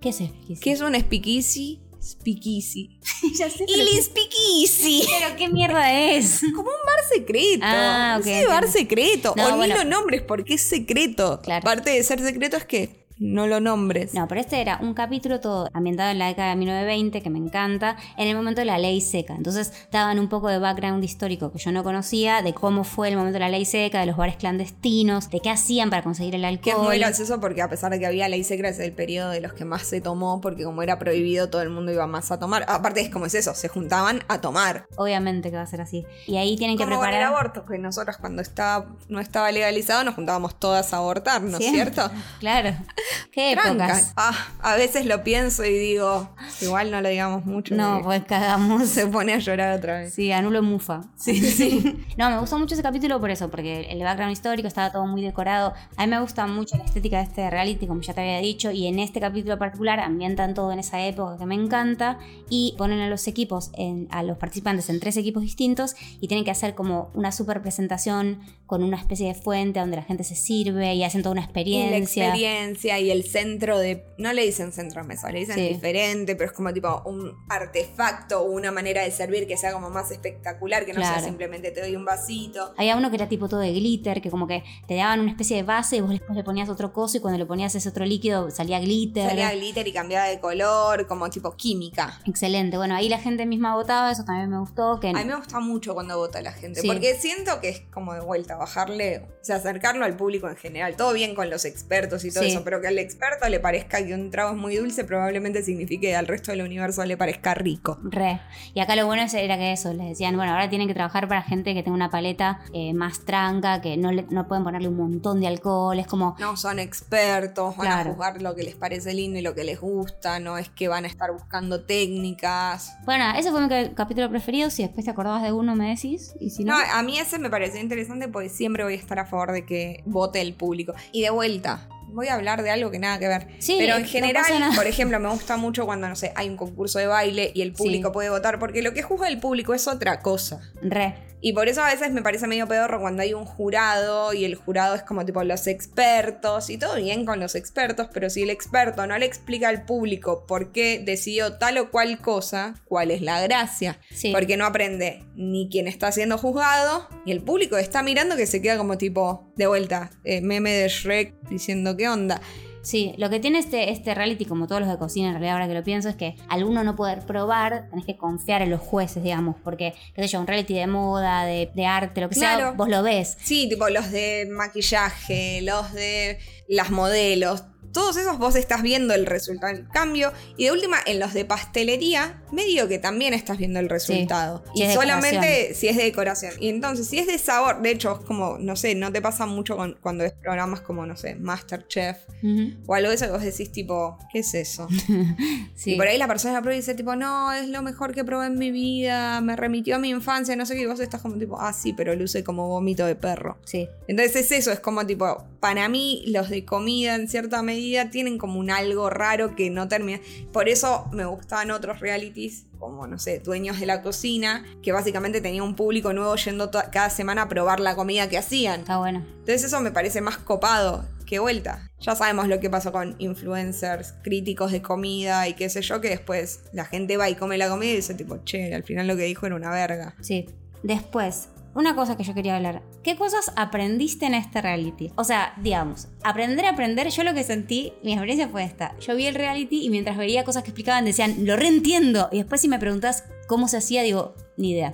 [SPEAKER 3] ¿Qué es eso?
[SPEAKER 2] ¿Qué es un speakeasy? Speakeasy.
[SPEAKER 3] Ya sé, pero,
[SPEAKER 2] El speakeasy.
[SPEAKER 3] pero ¿qué mierda es?
[SPEAKER 2] Como un bar secreto.
[SPEAKER 3] Ah, ok,
[SPEAKER 2] Sí, bar
[SPEAKER 3] entiendo.
[SPEAKER 2] secreto.
[SPEAKER 3] No,
[SPEAKER 2] o
[SPEAKER 3] bueno.
[SPEAKER 2] ni lo nombres porque es secreto.
[SPEAKER 3] Claro.
[SPEAKER 2] Parte de ser secreto es que no lo nombres.
[SPEAKER 3] No, pero este era un capítulo todo ambientado en la década de 1920, que me encanta, en el momento de la ley seca. Entonces daban un poco de background histórico que yo no conocía, de cómo fue el momento de la ley seca, de los bares clandestinos, de qué hacían para conseguir el alcohol.
[SPEAKER 2] Que es muy gracioso porque a pesar de que había ley secreta, es el periodo de los que más se tomó, porque como era prohibido, todo el mundo iba más a tomar. Aparte es como es eso, se juntaban a tomar.
[SPEAKER 3] Obviamente que va a ser así. Y ahí tienen que
[SPEAKER 2] Como con el
[SPEAKER 3] preparar...
[SPEAKER 2] aborto, que nosotras cuando estaba, no estaba legalizado nos juntábamos todas a abortar, ¿no es
[SPEAKER 3] Siempre.
[SPEAKER 2] cierto?
[SPEAKER 3] Claro. Qué
[SPEAKER 2] Tranca.
[SPEAKER 3] épocas.
[SPEAKER 2] Ah, a veces lo pienso y digo, igual no lo digamos mucho.
[SPEAKER 3] No,
[SPEAKER 2] porque
[SPEAKER 3] pues cagamos.
[SPEAKER 2] se pone a llorar otra vez.
[SPEAKER 3] Sí, anulo mufa. Sí, sí. No, me gustó mucho ese capítulo por eso, porque el background histórico estaba todo muy decorado. A mí me gusta mucho la estética de este reality, como ya te había dicho, y en este capítulo particular ambientan todo en esa época que me encanta y ponen a los equipos, en- a los participantes en tres equipos distintos y tienen que hacer como una super presentación con una especie de fuente donde la gente se sirve y hacen toda una
[SPEAKER 2] Y la
[SPEAKER 3] experiencia.
[SPEAKER 2] experiencia y el centro de. No le dicen centro de mesa, le dicen
[SPEAKER 3] Sí.
[SPEAKER 2] diferente, pero es como tipo un artefacto o una manera de servir que sea como más espectacular, que no
[SPEAKER 3] Claro.
[SPEAKER 2] sea simplemente te doy un vasito.
[SPEAKER 3] Había uno que era tipo todo de glitter, que como que te daban una especie de base y vos después le ponías otro coso y cuando le ponías ese otro líquido salía glitter.
[SPEAKER 2] Salía glitter y cambiaba de color, como tipo química.
[SPEAKER 3] Excelente, bueno, ahí la gente misma votaba, eso también me gustó. Que
[SPEAKER 2] A mí me gusta mucho cuando vota la gente,
[SPEAKER 3] Sí.
[SPEAKER 2] porque siento que es como de vuelta, bajarle, o sea, acercarlo al público en general. Todo bien con los expertos y todo
[SPEAKER 3] Sí.
[SPEAKER 2] eso, pero que al experto le parezca que un trago es muy dulce, probablemente signifique que al resto del universo le parezca rico.
[SPEAKER 3] Re. Y acá lo bueno es- era que eso, les decían, bueno, ahora tienen que trabajar para gente que tenga una paleta eh, más tranca, que no, le- no pueden ponerle un montón de alcohol, es como,
[SPEAKER 2] No son expertos, van
[SPEAKER 3] Claro.
[SPEAKER 2] a juzgar lo que les parece lindo y lo que les gusta, no es que van a estar buscando técnicas.
[SPEAKER 3] bueno, ese fue mi ca- capítulo preferido, si después te acordabas de uno me decís, y si no,
[SPEAKER 2] No, a mí ese me pareció interesante porque siempre voy a estar a favor de que vote el público. Y de vuelta, voy a hablar de algo que nada que ver.
[SPEAKER 3] Sí,
[SPEAKER 2] Pero
[SPEAKER 3] no
[SPEAKER 2] en general,
[SPEAKER 3] pasa nada.
[SPEAKER 2] por ejemplo, me gusta mucho cuando, no sé, hay un concurso de baile y el público
[SPEAKER 3] Sí.
[SPEAKER 2] puede votar, porque lo que juzga el público es otra cosa.
[SPEAKER 3] re.
[SPEAKER 2] Y por eso a veces me parece medio pedorro cuando hay un jurado y el jurado es como tipo los expertos y todo bien con los expertos, pero si el experto no le explica al público por qué decidió tal o cual cosa, ¿cuál es la gracia?
[SPEAKER 3] Sí.
[SPEAKER 2] Porque no aprende ni quien está siendo juzgado y el público está mirando que se queda como tipo de vuelta, eh, meme de Shrek diciendo qué onda.
[SPEAKER 3] Sí, lo que tiene este, este reality, como todos los de cocina, en realidad ahora que lo pienso, es que al uno no poder probar, tenés que confiar en los jueces, digamos, porque, qué sé yo, un reality de moda, de, de arte, lo que sea,
[SPEAKER 2] Claro.
[SPEAKER 3] vos lo ves.
[SPEAKER 2] Sí, tipo los de maquillaje, los de las modelos, todos esos vos estás viendo el resultado del cambio. Y de última, en los de pastelería, medio que también estás viendo el resultado.
[SPEAKER 3] si
[SPEAKER 2] y
[SPEAKER 3] es
[SPEAKER 2] solamente
[SPEAKER 3] decoración.
[SPEAKER 2] si es de decoración. Y entonces, si es de sabor, de hecho, es como, no sé, no te pasa mucho con- cuando ves programas como, no sé, Masterchef o algo de eso que vos decís tipo, ¿qué es eso?
[SPEAKER 3] Sí.
[SPEAKER 2] Y por ahí la persona la prueba y dice tipo, no, es lo mejor que probé en mi vida, me remitió a mi infancia, no sé qué, y vos estás como tipo, ah, sí, pero luce como vómito de perro.
[SPEAKER 3] Sí.
[SPEAKER 2] Entonces es eso, es como tipo, para mí los de comida en cierta medida tienen como un algo raro que no termina. Por eso me gustaban otros realities, como no sé, dueños de la cocina, que básicamente tenía un público nuevo yendo to- cada semana a probar la comida que hacían.
[SPEAKER 3] Está bueno.
[SPEAKER 2] Entonces eso me parece más copado que vuelta. Ya sabemos lo que pasó con influencers, críticos de comida y qué sé yo, que después la gente va y come la comida y dice tipo, che, al final lo que dijo era una verga.
[SPEAKER 3] Sí. Después, una cosa que yo quería hablar. ¿Qué cosas aprendiste en este reality? O sea, digamos, aprender a aprender, yo lo que sentí, mi experiencia fue esta. Yo vi el reality y mientras veía cosas que explicaban decían, lo reentiendo. Y después si me preguntas cómo se hacía, digo, ni idea.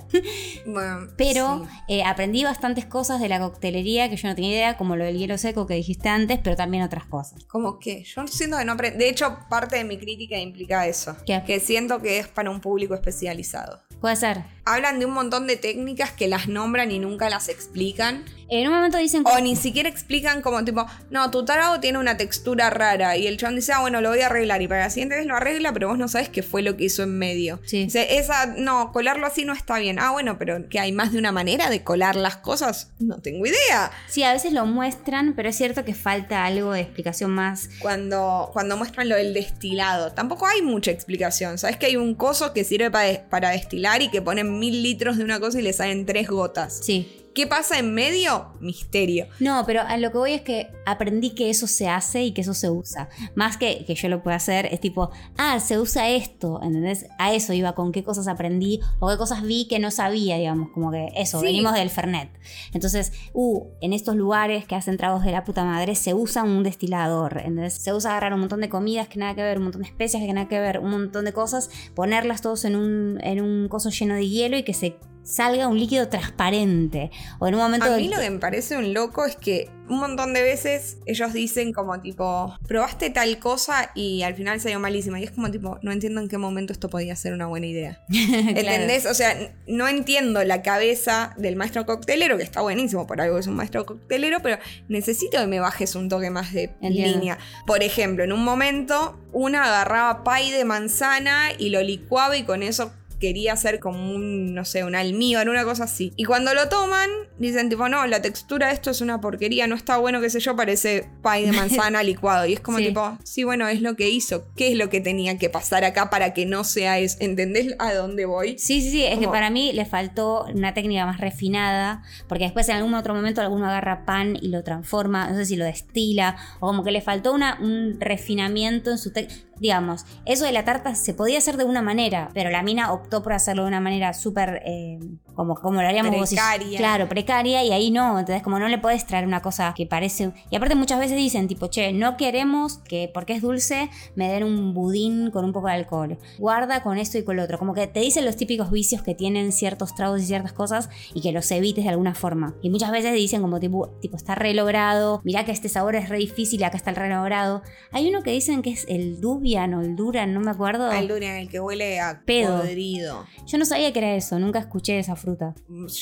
[SPEAKER 2] Bueno,
[SPEAKER 3] Pero
[SPEAKER 2] sí.
[SPEAKER 3] eh, aprendí bastantes cosas de la coctelería que yo no tenía idea, como lo del hielo seco que dijiste antes, pero también otras cosas.
[SPEAKER 2] Como que yo siento que no aprendí. De hecho, parte de mi crítica implica eso.
[SPEAKER 3] ¿Qué?
[SPEAKER 2] Que siento que es para un público especializado.
[SPEAKER 3] Puede ser.
[SPEAKER 2] Hablan de un montón de técnicas que las nombran y nunca las explican.
[SPEAKER 3] Eh, En un momento dicen
[SPEAKER 2] O ni siquiera explican como tipo, no, tu tarado tiene una textura rara. Y el chabón dice, ah, bueno, lo voy a arreglar. Y para la siguiente vez lo arregla, pero vos no sabes qué fue lo que hizo en medio.
[SPEAKER 3] Sí.
[SPEAKER 2] Dice, esa, no, colarlo así no está bien. Ah, bueno, pero que hay más de una manera de colar las cosas. No tengo idea.
[SPEAKER 3] Sí, a veces lo muestran, pero es cierto que falta algo de explicación más.
[SPEAKER 2] Cuando, cuando muestran lo del destilado, tampoco hay mucha explicación. Sabes que hay un coso que sirve pa- para destilar y que ponen mil litros de una cosa y le salen tres gotas.
[SPEAKER 3] Sí.
[SPEAKER 2] ¿Qué pasa en medio? Misterio.
[SPEAKER 3] No, pero a lo que voy es que aprendí que eso se hace y que eso se usa. Más que que yo lo pueda hacer, es tipo, ah, se usa esto, ¿entendés? A eso iba, con qué cosas aprendí o qué cosas vi que no sabía, digamos, como que eso,
[SPEAKER 2] Sí.
[SPEAKER 3] venimos del Fernet. Entonces, uh, en estos lugares que hacen tragos de la puta madre se usa un destilador, ¿entendés? Se usa agarrar un montón de comidas que nada que ver, un montón de especias que nada que ver, un montón de cosas, ponerlas todos en un, en un coso lleno de hielo y que se salga un líquido transparente. O en un momento...
[SPEAKER 2] A
[SPEAKER 3] del-
[SPEAKER 2] mí lo que me parece un loco es que un montón de veces ellos dicen como tipo, probaste tal cosa y al final salió malísima. Y es como tipo, no entiendo en qué momento esto podía ser una buena idea.
[SPEAKER 3] Claro.
[SPEAKER 2] ¿Entendés? O sea, n- no entiendo la cabeza del maestro coctelero, que está buenísimo, por algo es un maestro coctelero, pero necesito que me bajes un toque más de
[SPEAKER 3] Entiendo.
[SPEAKER 2] línea. Por ejemplo, en un momento, una agarraba pay de manzana y lo licuaba y con eso quería hacer como un, no sé, un almíbar, una cosa así. Y cuando lo toman, dicen tipo, no, la textura de esto es una porquería, no está bueno, qué sé yo, parece pay de manzana licuado. Y es como
[SPEAKER 3] Sí.
[SPEAKER 2] tipo, sí, bueno, es lo que hizo, ¿qué es lo que tenía que pasar acá para que no sea eso? ¿Entendés a dónde voy?
[SPEAKER 3] Sí, sí, sí, es que
[SPEAKER 2] Como-
[SPEAKER 3] para mí le faltó una técnica más refinada, porque después en algún otro momento alguno agarra pan y lo transforma, no sé si lo destila, o como que le faltó una, un refinamiento en su técnica. digamos, eso de la tarta se podía hacer de una manera, pero la mina optó por hacerlo de una manera súper, eh, como, como lo haríamos vos y-
[SPEAKER 2] Precaria.
[SPEAKER 3] claro, precaria, y ahí no, entonces como no le podés traer una cosa que parece... Y aparte muchas veces dicen tipo, che, no queremos que porque es dulce me den un budín con un poco de alcohol, guarda con esto y con lo otro, como que te dicen los típicos vicios que tienen ciertos tragos y ciertas cosas y que los evites de alguna forma. Y muchas veces dicen como tipo, tipo está re logrado, mirá que este sabor es re difícil, y acá está el re logrado. Hay uno que dicen que es el Dubian o el Duran, no me acuerdo.
[SPEAKER 2] Al durian, el que huele a
[SPEAKER 3] Pedo.
[SPEAKER 2] podrido.
[SPEAKER 3] Yo no sabía que era eso, nunca escuché esa fruta.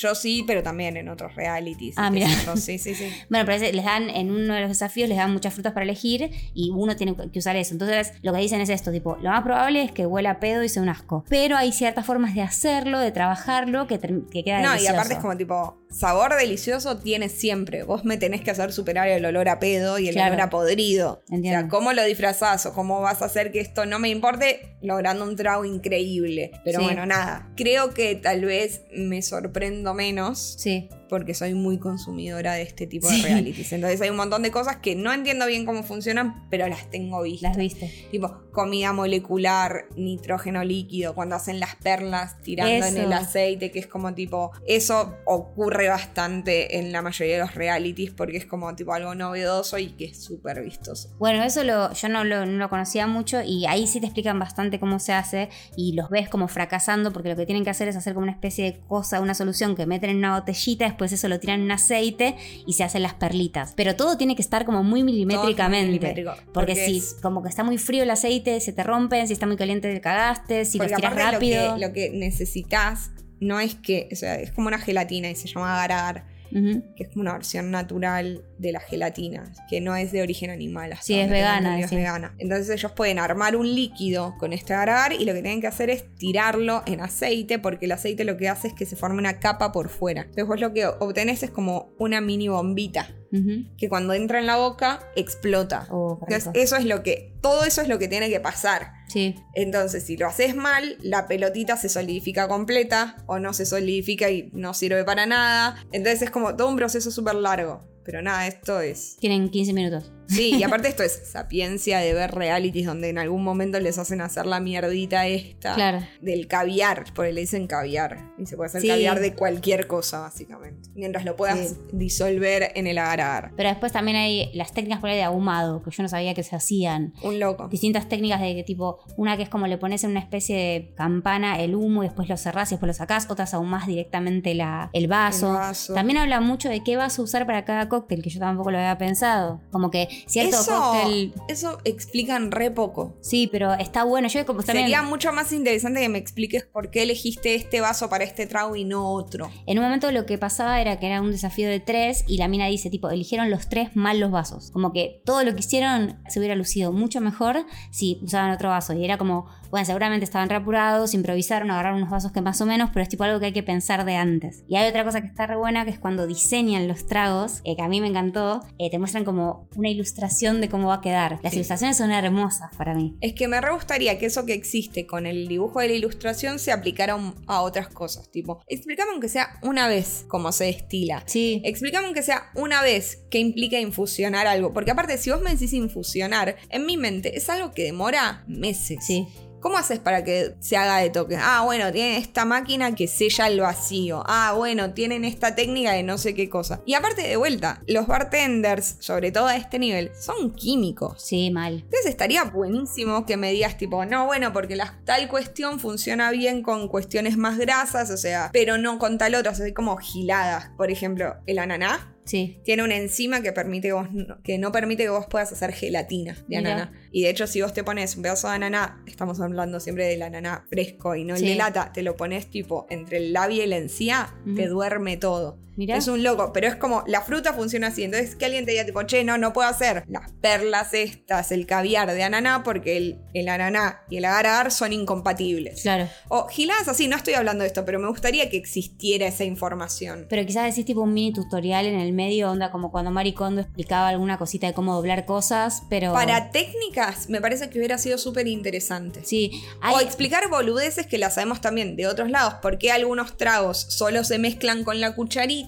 [SPEAKER 2] Yo sí, pero también en otros realities.
[SPEAKER 3] Ah,
[SPEAKER 2] qué
[SPEAKER 3] mira.
[SPEAKER 2] sé yo. Sí, sí, sí.
[SPEAKER 3] Bueno, pero ese- les dan, en uno de los desafíos les dan muchas frutas para elegir y uno tiene que usar eso. Entonces, lo que dicen es esto, tipo, lo más probable es que huela a pedo y sea un asco. Pero hay ciertas formas de hacerlo, de trabajarlo, que, term- que queda
[SPEAKER 2] No,
[SPEAKER 3] delicioso.
[SPEAKER 2] y aparte es como tipo, sabor delicioso tiene siempre. Vos me tenés que hacer superar el olor a pedo y el
[SPEAKER 3] Claro.
[SPEAKER 2] olor a podrido.
[SPEAKER 3] Entiendo.
[SPEAKER 2] O sea, ¿cómo lo disfrazás o cómo vas a hacer que esto no me importe logrando un trago increíble? Pero
[SPEAKER 3] Sí.
[SPEAKER 2] bueno, nada. Creo que tal vez me sorprendo menos
[SPEAKER 3] Sí.
[SPEAKER 2] porque soy muy consumidora de este tipo
[SPEAKER 3] Sí.
[SPEAKER 2] de realities. Entonces hay un montón de cosas que no entiendo bien cómo funcionan, pero las tengo vistas.
[SPEAKER 3] Las viste.
[SPEAKER 2] Tipo, comida molecular, nitrógeno líquido, cuando hacen las perlas tirando en
[SPEAKER 3] Eso.
[SPEAKER 2] el aceite, que es como tipo, eso ocurre bastante en la mayoría de los realities porque es como tipo algo novedoso y que es súper vistoso.
[SPEAKER 3] Bueno, eso lo, yo no lo, no lo conocía mucho y ahí sí te explican bastante cómo se hace y los ves como fracasando porque lo que tienen que hacer es hacer como una especie de cosa, una solución que meten en una botellita, después eso lo tiran en aceite y se hacen las perlitas. Pero todo tiene que estar como muy milimétricamente.
[SPEAKER 2] Todo es milimétrico,
[SPEAKER 3] Porque, si
[SPEAKER 2] es-
[SPEAKER 3] como que está muy frío el aceite, se te rompen, si está muy caliente te cagaste, si los
[SPEAKER 2] porque
[SPEAKER 3] tiras
[SPEAKER 2] aparte
[SPEAKER 3] rápido.
[SPEAKER 2] Lo que, lo que necesitas no es que, o sea, es como una gelatina y se llama agar,
[SPEAKER 3] Ujú.
[SPEAKER 2] que es como una versión natural de la gelatina, que no es de origen animal. hasta
[SPEAKER 3] Sí, es
[SPEAKER 2] donde tengo
[SPEAKER 3] vegana,
[SPEAKER 2] entendido,
[SPEAKER 3] decís.
[SPEAKER 2] Es vegana. Entonces ellos pueden armar un líquido con este agar y lo que tienen que hacer es tirarlo en aceite, porque el aceite lo que hace es que se forme una capa por fuera. Entonces vos lo que obtenés es como una mini bombita,
[SPEAKER 3] Ujú.
[SPEAKER 2] que cuando entra en la boca explota.
[SPEAKER 3] Oh, qué
[SPEAKER 2] Entonces
[SPEAKER 3] rico.
[SPEAKER 2] eso es lo que, todo eso es lo que tiene que pasar.
[SPEAKER 3] Sí.
[SPEAKER 2] Entonces, si lo haces mal, la pelotita se solidifica completa o no se solidifica y no sirve para nada. Entonces es como todo un proceso súper largo. Pero nada, esto es...
[SPEAKER 3] Tienen 15 minutos.
[SPEAKER 2] Sí, y aparte esto es sapiencia de ver realities donde en algún momento les hacen hacer la mierdita esta.
[SPEAKER 3] Claro.
[SPEAKER 2] Del caviar, porque le dicen caviar. Y se puede hacer
[SPEAKER 3] Sí.
[SPEAKER 2] caviar de cualquier cosa, básicamente. Mientras lo puedas
[SPEAKER 3] Sí.
[SPEAKER 2] disolver en el agar.
[SPEAKER 3] Pero después también hay las técnicas por ahí de ahumado, que yo no sabía que se hacían.
[SPEAKER 2] Un loco.
[SPEAKER 3] Distintas técnicas de que tipo, una que es como le pones en una especie de campana el humo y después lo cerrás y después lo sacás, otras ahumás directamente la, el, vaso.
[SPEAKER 2] El vaso.
[SPEAKER 3] También habla mucho de qué vas a usar para cada cóctel, que yo tampoco lo había pensado. Como que cierto
[SPEAKER 2] Eso,
[SPEAKER 3] cóctel.
[SPEAKER 2] eso explican re poco.
[SPEAKER 3] Sí, pero está bueno. Yo como también-
[SPEAKER 2] Sería mucho más interesante que me expliques por qué elegiste este vaso para este trago y no otro.
[SPEAKER 3] En un momento lo que pasaba era que era un desafío de tres y la mina dice, tipo, eligieron los tres mal los vasos. Como que todo lo que hicieron se hubiera lucido mucho mejor si usaban otro vaso. Y era como, bueno, seguramente estaban re apurados, improvisaron, agarraron unos vasos que más o menos, pero es tipo algo que hay que pensar de antes. Y hay otra cosa que está re buena, que es cuando diseñan los tragos, eh, que a mí me encantó, eh, te muestran como una ilustración de cómo va a quedar. Las
[SPEAKER 2] Sí.
[SPEAKER 3] ilustraciones son hermosas para mí.
[SPEAKER 2] Es que me re gustaría que eso que existe con el dibujo de la ilustración se aplicara un- a otras cosas. Tipo, explícame aunque sea una vez cómo se destila.
[SPEAKER 3] Sí.
[SPEAKER 2] Explícame aunque sea una vez qué implica infusionar algo. Porque aparte, si vos me decís infusionar, en mi mente es algo que demora meses.
[SPEAKER 3] Sí.
[SPEAKER 2] ¿Cómo haces para que se haga de toque? Ah, bueno, tienen esta máquina que sella el vacío. Ah, bueno, tienen esta técnica de no sé qué cosa. Y aparte de vuelta, los bartenders, sobre todo a este nivel, son químicos.
[SPEAKER 3] Sí, mal.
[SPEAKER 2] Entonces estaría buenísimo que me digas tipo, no, bueno, porque la, tal cuestión funciona bien con cuestiones más grasas, o sea, pero no con tal otra, o sea, como giladas. Por ejemplo, el ananá
[SPEAKER 3] Sí.
[SPEAKER 2] tiene una enzima que permite que, vos no, que no permite que vos puedas hacer gelatina de
[SPEAKER 3] Mirá.
[SPEAKER 2] ananá. Y de hecho, si vos te pones un pedazo de ananá, estamos hablando siempre del ananá fresco y no el
[SPEAKER 3] Sí.
[SPEAKER 2] de lata, te lo pones tipo entre el labio y la encía,
[SPEAKER 3] Ujú.
[SPEAKER 2] te duerme todo.
[SPEAKER 3] Mirá.
[SPEAKER 2] Es un loco, pero es como la fruta funciona así. Entonces, que alguien te diga, tipo, che, no, no puedo hacer las perlas estas, el caviar de ananá, porque el, el ananá y el agar son incompatibles.
[SPEAKER 3] Claro.
[SPEAKER 2] O giladas así, no estoy hablando de esto, pero me gustaría que existiera esa información.
[SPEAKER 3] Pero quizás decís tipo un mini tutorial en el medio, onda como cuando Mari Kondo explicaba alguna cosita de cómo doblar cosas, pero...
[SPEAKER 2] Para técnicas, me parece que hubiera sido súper interesante.
[SPEAKER 3] Sí,
[SPEAKER 2] O
[SPEAKER 3] hay...
[SPEAKER 2] explicar boludeces que las sabemos también de otros lados. ¿Por qué algunos tragos solo se mezclan con la cucharita?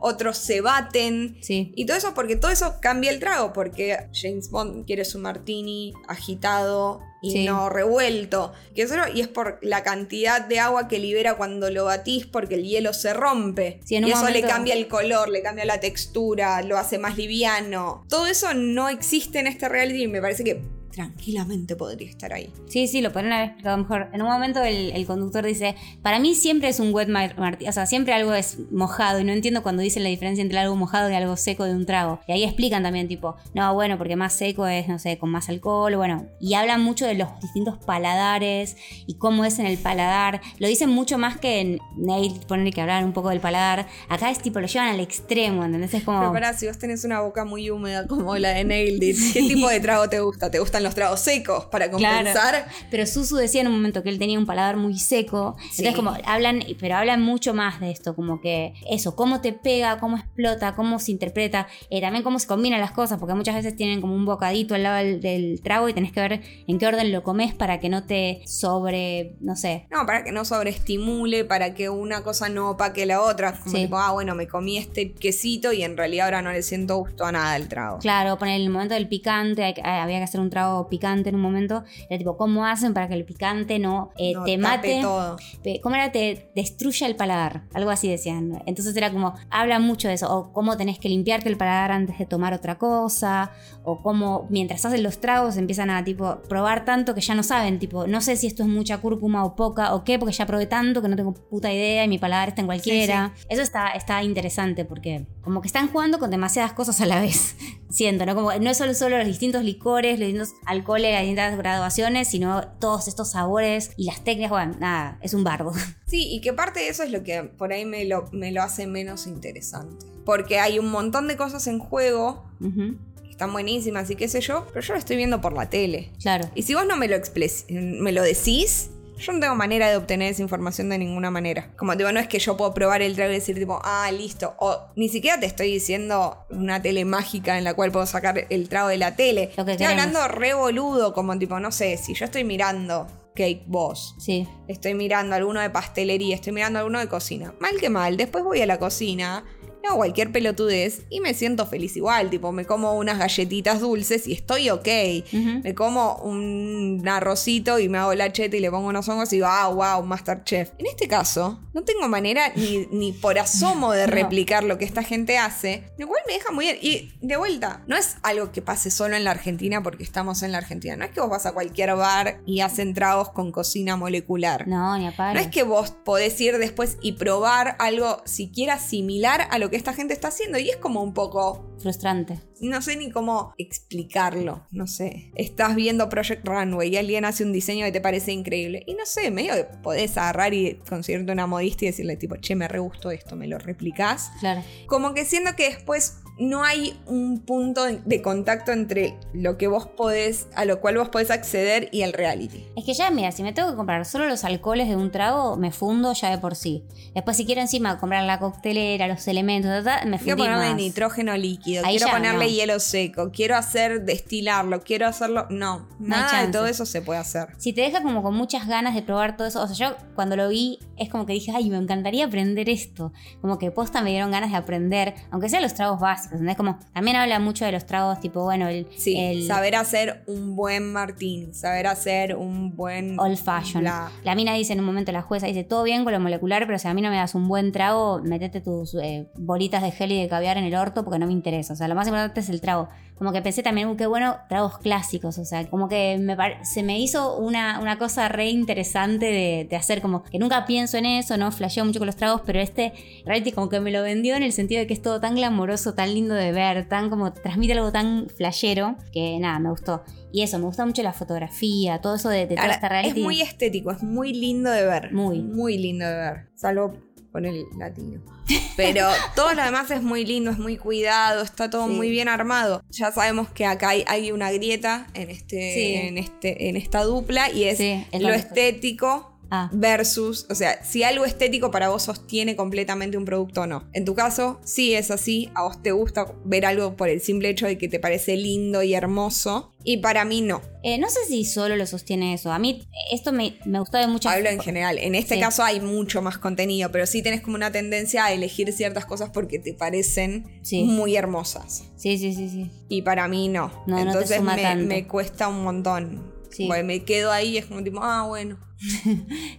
[SPEAKER 2] otros se baten.
[SPEAKER 3] Sí.
[SPEAKER 2] Y todo eso porque todo eso cambia el trago, porque James Bond quiere su martini agitado y
[SPEAKER 3] Sí.
[SPEAKER 2] no revuelto. Que eso- y es por la cantidad de agua que libera cuando lo batís porque el hielo se rompe.
[SPEAKER 3] Sí,
[SPEAKER 2] y
[SPEAKER 3] en un
[SPEAKER 2] eso le
[SPEAKER 3] momento-
[SPEAKER 2] cambia el color, le cambia la textura, lo hace más liviano. Todo eso no existe en este reality y me parece que tranquilamente podría estar ahí.
[SPEAKER 3] Sí, sí, lo pueden haber explicado mejor. En un momento el, el conductor dice, para mí siempre es un wet martini, o sea, siempre algo es mojado y no entiendo cuando dicen la diferencia entre algo mojado y algo seco de un trago. Y ahí explican también tipo, no, bueno, porque más seco es, no sé, con más alcohol, bueno. Y hablan mucho de los distintos paladares y cómo es en el paladar. Lo dicen mucho más que en Nate, poner que hablar un poco del paladar. Acá es tipo, lo llevan al extremo, ¿entendés? Es como...
[SPEAKER 2] Pero pará, si vos tenés una boca muy húmeda como la de Nailed It, ¿qué tipo de trago te gusta? ¿Te gustan los tragos secos para
[SPEAKER 3] Claro.
[SPEAKER 2] compensar?
[SPEAKER 3] Pero Susu decía en un momento que él tenía un paladar muy seco.
[SPEAKER 2] Sí.
[SPEAKER 3] Entonces, como hablan, pero hablan mucho más de esto, como que eso, cómo te pega, cómo explota, cómo se interpreta, eh, también cómo se combinan las cosas, porque muchas veces tienen como un bocadito al lado del, del trago y tenés que ver en qué orden lo comes para que no te sobre, no sé.
[SPEAKER 2] No, para que no sobreestimule, para que una cosa no opaque la otra. Como
[SPEAKER 3] Sí.
[SPEAKER 2] tipo, ah, bueno, me comí este quesito y en realidad ahora no le siento gusto a nada el trago.
[SPEAKER 3] Claro, poner el momento del picante, hay que- ah, había que hacer un trago picante en un momento. Era tipo, ¿cómo hacen para que el picante no, eh,
[SPEAKER 2] No,
[SPEAKER 3] te
[SPEAKER 2] tape
[SPEAKER 3] mate?
[SPEAKER 2] todo.
[SPEAKER 3] Pe- ¿Cómo era? Te destruya el paladar. Algo así decían. Entonces era como, habla mucho de eso. O cómo tenés que limpiarte el paladar antes de tomar otra cosa. O cómo, mientras hacen los tragos, empiezan a tipo probar tanto que ya no saben. Tipo, no sé si esto es mucha cúrcuma o poca o qué, porque ya probé tanto que no tengo puta idea y mi paladar está en cualquiera. Eso está, está interesante porque como que están jugando con demasiadas cosas a la vez. Siento, ¿no? Como que no es solo, solo los distintos licores, los distintos alcoholes, las distintas graduaciones, sino todos estos sabores y las técnicas. Bueno, nada, es un bardo.
[SPEAKER 2] Sí, y que parte de eso es lo que por ahí me lo, me lo hace menos interesante. Porque hay un montón de cosas en juego
[SPEAKER 3] Ujú,
[SPEAKER 2] que están buenísimas y qué sé yo, pero yo lo estoy viendo por la tele.
[SPEAKER 3] Claro.
[SPEAKER 2] Y si vos no me lo, expres- me lo decís, yo no tengo manera de obtener esa información de ninguna manera. Como digo, no es que yo puedo probar el trago y decir tipo, ah, listo. O ni siquiera te estoy diciendo una tele mágica en la cual puedo sacar el trago de la tele.
[SPEAKER 3] Lo que
[SPEAKER 2] estoy
[SPEAKER 3] queremos.
[SPEAKER 2] hablando re boludo, como tipo, no sé, si yo estoy mirando Cake Boss.
[SPEAKER 3] Sí.
[SPEAKER 2] Estoy mirando alguno de pastelería, estoy mirando alguno de cocina. Mal que mal, después voy a la cocina, hago cualquier pelotudez y me siento feliz igual. Tipo, me como unas galletitas dulces y estoy ok.
[SPEAKER 3] Ujú.
[SPEAKER 2] Me como un arrocito y me hago la cheta y le pongo unos hongos y digo, ah, wow, Masterchef. En este caso, no tengo manera ni, ni por asomo de
[SPEAKER 3] No.
[SPEAKER 2] replicar lo que esta gente hace, lo cual me deja muy bien. Y de vuelta, no es algo que pase solo en la Argentina porque estamos en la Argentina. No es que vos vas a cualquier bar y hacen tragos con cocina molecular.
[SPEAKER 3] No, ni a
[SPEAKER 2] No
[SPEAKER 3] palo.
[SPEAKER 2] es que vos podés ir después y probar algo siquiera similar a lo que esta gente está haciendo. Y es como un poco.
[SPEAKER 3] Frustrante.
[SPEAKER 2] No sé ni cómo explicarlo. No sé. Estás viendo Project Runway y alguien hace un diseño que te parece increíble. Y no sé, medio que podés agarrar y conseguirte una modista y decirle, tipo, che, me re gustó esto, me lo replicás.
[SPEAKER 3] Claro.
[SPEAKER 2] Como que siento que después no hay un punto de contacto entre lo que vos podés, a lo cual vos podés acceder y el reality.
[SPEAKER 3] Es que ya, mira, si me tengo que comprar solo los alcoholes de un trago, me fundo ya de por sí. Después, si quiero encima comprar la coctelera, los elementos, ta, ta, me
[SPEAKER 2] Quiero
[SPEAKER 3] fundí
[SPEAKER 2] ponerle
[SPEAKER 3] más.
[SPEAKER 2] nitrógeno líquido,
[SPEAKER 3] Ahí
[SPEAKER 2] quiero
[SPEAKER 3] ya
[SPEAKER 2] ponerle
[SPEAKER 3] no.
[SPEAKER 2] hielo seco, quiero hacer destilarlo, quiero hacerlo. No,
[SPEAKER 3] hay
[SPEAKER 2] nada de
[SPEAKER 3] chance.
[SPEAKER 2] todo eso se puede hacer.
[SPEAKER 3] Si te deja como con muchas ganas de probar todo eso, o sea, yo cuando lo vi es como que dije, ay, me encantaría aprender esto. Como que posta me dieron ganas de aprender, aunque sea los tragos básicos, ¿entendés? Como también habla mucho de los tragos tipo, bueno, el,
[SPEAKER 2] Sí,
[SPEAKER 3] el
[SPEAKER 2] saber hacer un buen martini, saber hacer un buen.
[SPEAKER 3] old fashion.
[SPEAKER 2] bla.
[SPEAKER 3] La mina dice en un momento, la jueza dice, todo bien con lo molecular, pero si a mí no me das un buen trago, metete tus eh, bolitas de gel y de caviar en el orto porque no me interesa. O sea, lo más importante es el trago. Como que pensé también, "Uh, qué bueno, tragos clásicos. O sea, como que me par- se me hizo una, una cosa re interesante de, de hacer, como que nunca pienso en eso, no flasheo mucho con los tragos, pero este reality como que me lo vendió en el sentido de que es todo tan glamoroso, tan lindo de ver, tan como transmite algo tan flashero, que nada, me gustó. Y eso, me gusta mucho la fotografía, todo eso de, de toda
[SPEAKER 2] Ahora,
[SPEAKER 3] esta reality.
[SPEAKER 2] es muy estético, es muy lindo de ver.
[SPEAKER 3] Muy.
[SPEAKER 2] Muy lindo de ver. Salvo con el latino. Pero todo lo demás es muy lindo, es muy cuidado, está todo
[SPEAKER 3] Sí.
[SPEAKER 2] muy bien armado. Ya sabemos que acá hay, hay una grieta en, este,
[SPEAKER 3] Sí.
[SPEAKER 2] en, este, en esta dupla y es
[SPEAKER 3] Sí, es
[SPEAKER 2] lo
[SPEAKER 3] lo mejor.
[SPEAKER 2] estético
[SPEAKER 3] Ah.
[SPEAKER 2] versus, o sea, si algo estético para vos sostiene completamente un producto o no. En tu caso, sí es así, a vos te gusta ver algo por el simple hecho de que te parece lindo y hermoso, y para mí no.
[SPEAKER 3] Eh, no sé si solo lo sostiene eso. A mí esto me, me gustó de muchas
[SPEAKER 2] Hablo en general. En este
[SPEAKER 3] Sí.
[SPEAKER 2] caso hay mucho más contenido, pero sí tenés como una tendencia a elegir ciertas cosas porque te parecen
[SPEAKER 3] Sí.
[SPEAKER 2] muy hermosas.
[SPEAKER 3] Sí, sí, sí, sí.
[SPEAKER 2] Y para mí no.
[SPEAKER 3] No, no te
[SPEAKER 2] Entonces
[SPEAKER 3] suma
[SPEAKER 2] me,
[SPEAKER 3] tanto.
[SPEAKER 2] me cuesta un montón.
[SPEAKER 3] Sí.
[SPEAKER 2] Porque me quedo ahí y es como tipo, ah, bueno.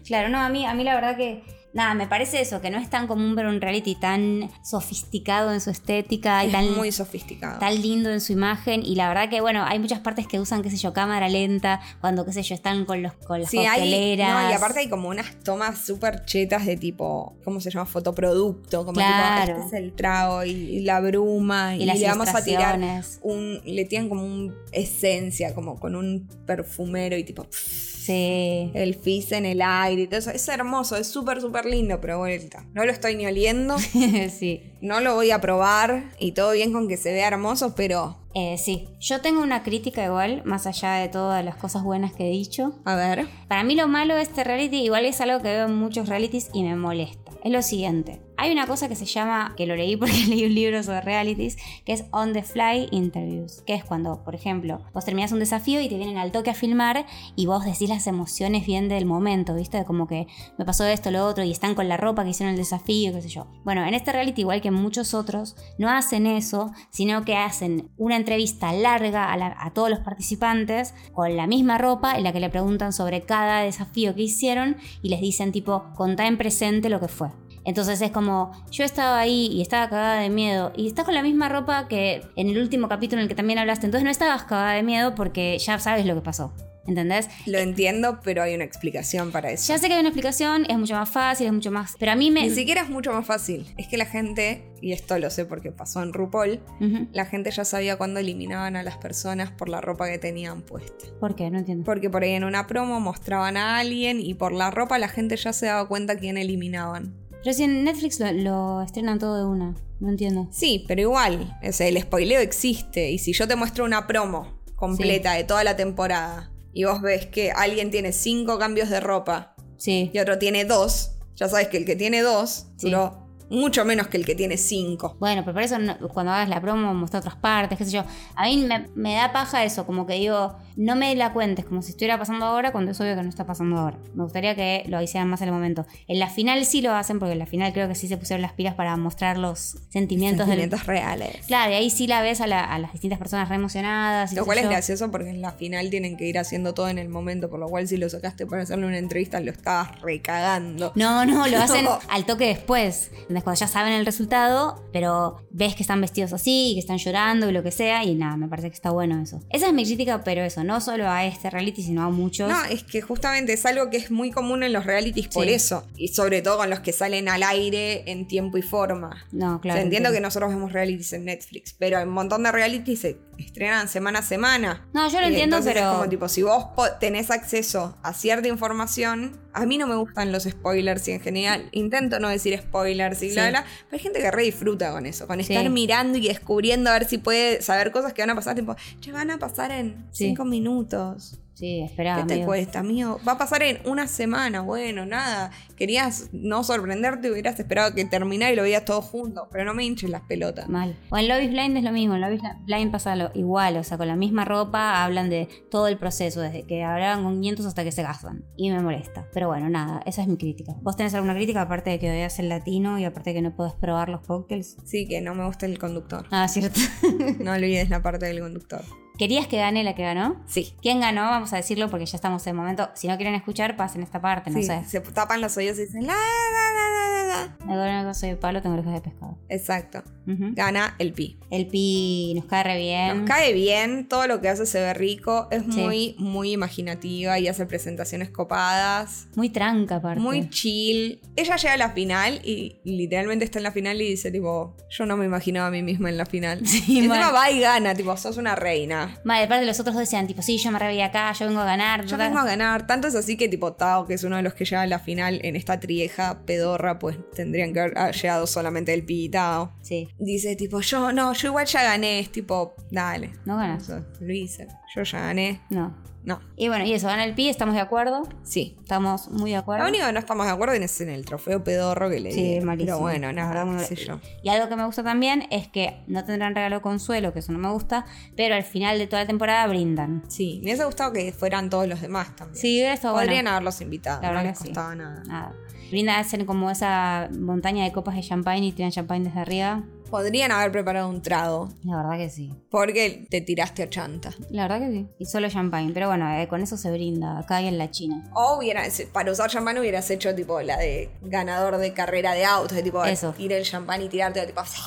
[SPEAKER 3] Claro, no, a mí, a mí la verdad que. Nada, me parece eso, que no es tan común ver un reality tan sofisticado en su estética y
[SPEAKER 2] es
[SPEAKER 3] tan,
[SPEAKER 2] muy sofisticado.
[SPEAKER 3] tan lindo en su imagen. Y la verdad que, bueno, hay muchas partes que usan, qué sé yo, cámara lenta, cuando, qué sé yo, están con, los, con las
[SPEAKER 2] Sí, hay,
[SPEAKER 3] cocteleras.
[SPEAKER 2] no, y aparte hay como unas tomas súper chetas de tipo, ¿cómo se llama? Fotoproducto, como
[SPEAKER 3] Claro.
[SPEAKER 2] tipo, este es el trago y, y la bruma y,
[SPEAKER 3] Y las
[SPEAKER 2] le vamos a tirar
[SPEAKER 3] ilustraciones.
[SPEAKER 2] un, le tiran como un esencia, como con un perfumero y tipo, pff,
[SPEAKER 3] Sí.
[SPEAKER 2] el fizz en el aire y todo eso. Es hermoso, es súper, súper lindo, pero vuelta. No lo estoy ni oliendo,
[SPEAKER 3] sí.
[SPEAKER 2] no lo voy a probar y todo bien con que se vea hermoso, pero
[SPEAKER 3] Eh, sí. Yo tengo una crítica igual, más allá de todas las cosas buenas que he dicho.
[SPEAKER 2] a ver.
[SPEAKER 3] Para mí lo malo de este reality igual es algo que veo en muchos realities y me molesta. Es lo siguiente. Hay una cosa que se llama, que lo leí porque leí un libro sobre realities, que es on the fly interviews, que es cuando, por ejemplo, vos terminás un desafío y te vienen al toque a filmar y vos decís las emociones bien del momento, ¿viste? De Como que me pasó esto, lo otro, y están con la ropa que hicieron el desafío, qué sé yo. Bueno, en este reality, igual que en muchos otros, no hacen eso, sino que hacen una entrevista larga a, la- a todos los participantes con la misma ropa en la que le preguntan sobre cada desafío que hicieron y les dicen tipo, contá en presente lo que fue. Entonces es como, yo estaba ahí y estaba cagada de miedo y estás con la misma ropa que en el último capítulo en el que también hablaste, entonces no estabas cagada de miedo porque ya sabes lo que pasó, ¿entendés?
[SPEAKER 2] Lo entiendo, pero hay una explicación para eso.
[SPEAKER 3] Ya sé que hay una explicación, es mucho más fácil, es mucho más... Pero a mí me...
[SPEAKER 2] Ni siquiera es mucho más fácil. Es que la gente, y esto lo sé porque pasó en RuPaul,
[SPEAKER 3] Ujú.
[SPEAKER 2] la gente ya sabía cuándo eliminaban a las personas por la ropa que tenían puesta.
[SPEAKER 3] ¿Por qué? No entiendo.
[SPEAKER 2] Porque por ahí en una promo mostraban a alguien y por la ropa la gente ya se daba cuenta quién eliminaban.
[SPEAKER 3] Pero si en Netflix lo, lo estrenan todo de una, no entiendo.
[SPEAKER 2] Sí, pero igual, o sea, el spoileo existe. Y si yo te muestro una promo completa de toda la temporada y vos ves que alguien tiene cinco cambios de ropa
[SPEAKER 3] Sí.
[SPEAKER 2] y otro tiene dos, ya sabes que el que tiene dos
[SPEAKER 3] Sí.
[SPEAKER 2] duró mucho menos que el que tiene cinco.
[SPEAKER 3] Bueno, pero por eso no- cuando hagas la promo muestra otras partes, qué sé yo. A mí me, me da paja eso, como que digo, no me la cuentes como si estuviera pasando ahora cuando es obvio que no está pasando ahora. Me gustaría que lo hicieran más en el momento. En la final sí lo hacen porque en la final creo que sí se pusieron las pilas para mostrar los sentimientos, del...
[SPEAKER 2] Sentimientos reales.
[SPEAKER 3] Claro, y ahí sí la ves a, la- a las distintas personas re emocionadas. y
[SPEAKER 2] Lo
[SPEAKER 3] qué
[SPEAKER 2] cual
[SPEAKER 3] sé
[SPEAKER 2] es
[SPEAKER 3] yo.
[SPEAKER 2] gracioso porque en la final tienen que ir haciendo todo en el momento, por lo cual si lo sacaste para hacerle una entrevista lo estabas recagando.
[SPEAKER 3] No, no, lo
[SPEAKER 2] No.
[SPEAKER 3] hacen al toque después. ¿entendés? Cuando ya saben el resultado, pero ves que están vestidos así, y que están llorando y lo que sea, y nada, me parece que está bueno eso. Esa es mi crítica, pero eso, no solo a este reality, sino a muchos.
[SPEAKER 2] No, es que justamente es algo que es muy común en los realities por
[SPEAKER 3] Sí.
[SPEAKER 2] eso, y sobre todo con los que salen al aire en tiempo y forma.
[SPEAKER 3] No,
[SPEAKER 2] O sea,
[SPEAKER 3] claro.
[SPEAKER 2] entiendo que
[SPEAKER 3] entiendo.
[SPEAKER 2] nosotros vemos realities en Netflix, pero hay un montón de realities se estrenan semana a semana.
[SPEAKER 3] No, yo lo
[SPEAKER 2] Y
[SPEAKER 3] entiendo,
[SPEAKER 2] entonces
[SPEAKER 3] pero-
[SPEAKER 2] Es como tipo, si vos po- tenés acceso a cierta información, a mí no me gustan los spoilers y en general intento no decir spoilers y bla,
[SPEAKER 3] Sí.
[SPEAKER 2] bla. Pero hay gente que re disfruta con eso, con
[SPEAKER 3] Sí.
[SPEAKER 2] estar mirando y descubriendo a ver si puede saber cosas que van a pasar. Tipo, che, van a pasar en
[SPEAKER 3] Sí.
[SPEAKER 2] cinco minutos.
[SPEAKER 3] Sí, espera.
[SPEAKER 2] ¿Qué te
[SPEAKER 3] amigo.
[SPEAKER 2] cuesta, amigo? Va a pasar en una semana, bueno, nada. Querías no sorprenderte, hubieras esperado que terminara y lo veías todo junto, pero no me hinches las pelotas.
[SPEAKER 3] Mal. O en Lobby's Blind es lo mismo, en Lobby's Blind pasa lo igual, o sea, con la misma ropa hablan de todo el proceso, desde que hablaban con 500 hasta que se casan. Y me molesta. Pero bueno, nada, esa es mi crítica. ¿Vos tenés alguna crítica aparte de que odias el latino y aparte de que no podés probar los cócteles?
[SPEAKER 2] Sí, que no me gusta el conductor.
[SPEAKER 3] Ah, cierto.
[SPEAKER 2] No olvides la parte del conductor.
[SPEAKER 3] ¿Querías que gane la que ganó?
[SPEAKER 2] Sí.
[SPEAKER 3] ¿Quién ganó? Vamos a decirlo porque ya estamos en el momento. Si no quieren escuchar, pasen esta parte, no
[SPEAKER 2] Sí,
[SPEAKER 3] sé.
[SPEAKER 2] Se tapan los oídos y dicen la, la, la, la, la, la.
[SPEAKER 3] Me duele una cosa de palo, tengo orejas de pescado.
[SPEAKER 2] Exacto.
[SPEAKER 3] Ujú.
[SPEAKER 2] Gana el pi.
[SPEAKER 3] El pi nos cae re bien.
[SPEAKER 2] Nos cae bien, todo lo que hace se ve rico, es
[SPEAKER 3] Em. Sí.
[SPEAKER 2] muy, muy imaginativa y hace presentaciones copadas.
[SPEAKER 3] Muy tranca, aparte.
[SPEAKER 2] Muy chill. Ella llega a la final y literalmente está en la final y dice, tipo, yo no me imaginaba a mí misma en la final.
[SPEAKER 3] Sí,
[SPEAKER 2] y encima
[SPEAKER 3] mal.
[SPEAKER 2] va y gana, tipo, sos una reina.
[SPEAKER 3] Vale, aparte los otros dos decían, tipo, sí, yo me reveía acá, yo vengo a ganar.
[SPEAKER 2] Yo
[SPEAKER 3] ta, ta.
[SPEAKER 2] vengo a ganar. Tanto es así que, tipo, Tao, que es uno de los que llega a la final en esta trieja pedorra, pues tendrían que haber ah, llegado solamente el Pi y Tao.
[SPEAKER 3] Sí.
[SPEAKER 2] Dice, tipo, yo no, yo igual ya gané. Es tipo, dale.
[SPEAKER 3] No ganas.
[SPEAKER 2] Eso, Lo hice. Yo ya gané.
[SPEAKER 3] No.
[SPEAKER 2] No.
[SPEAKER 3] Y bueno, y eso, gana el PI, estamos de acuerdo.
[SPEAKER 2] Sí.
[SPEAKER 3] Estamos muy de acuerdo.
[SPEAKER 2] Lo único que no estamos de acuerdo es en el trofeo pedorro que le
[SPEAKER 3] Sí,
[SPEAKER 2] dieron.
[SPEAKER 3] malísimo.
[SPEAKER 2] Pero bueno,
[SPEAKER 3] La
[SPEAKER 2] nada,
[SPEAKER 3] verdad,
[SPEAKER 2] qué
[SPEAKER 3] muy-
[SPEAKER 2] sé yo.
[SPEAKER 3] Y algo que me gusta también es que no tendrán regalo de consuelo, que eso no me gusta, pero al final de toda la temporada brindan.
[SPEAKER 2] Sí, me hubiese gustado que fueran todos los demás también.
[SPEAKER 3] Sí, esto bueno.
[SPEAKER 2] Podrían haberlos invitado,
[SPEAKER 3] La
[SPEAKER 2] no
[SPEAKER 3] verdad
[SPEAKER 2] les
[SPEAKER 3] que sí.
[SPEAKER 2] costaba nada.
[SPEAKER 3] Nada. Brindan, hacen como esa montaña de copas de champagne y tiran champagne desde arriba.
[SPEAKER 2] Podrían haber preparado un trago,
[SPEAKER 3] La verdad que sí.
[SPEAKER 2] porque te tiraste 80.
[SPEAKER 3] La verdad que sí. Y solo champagne. Pero bueno, eh, con eso se brinda. Acá y en la China.
[SPEAKER 2] O hubieras, para usar champán hubieras hecho tipo la de ganador de carrera de autos, de tipo
[SPEAKER 3] Eso.
[SPEAKER 2] ir el champán y tirarte tipo. Alguna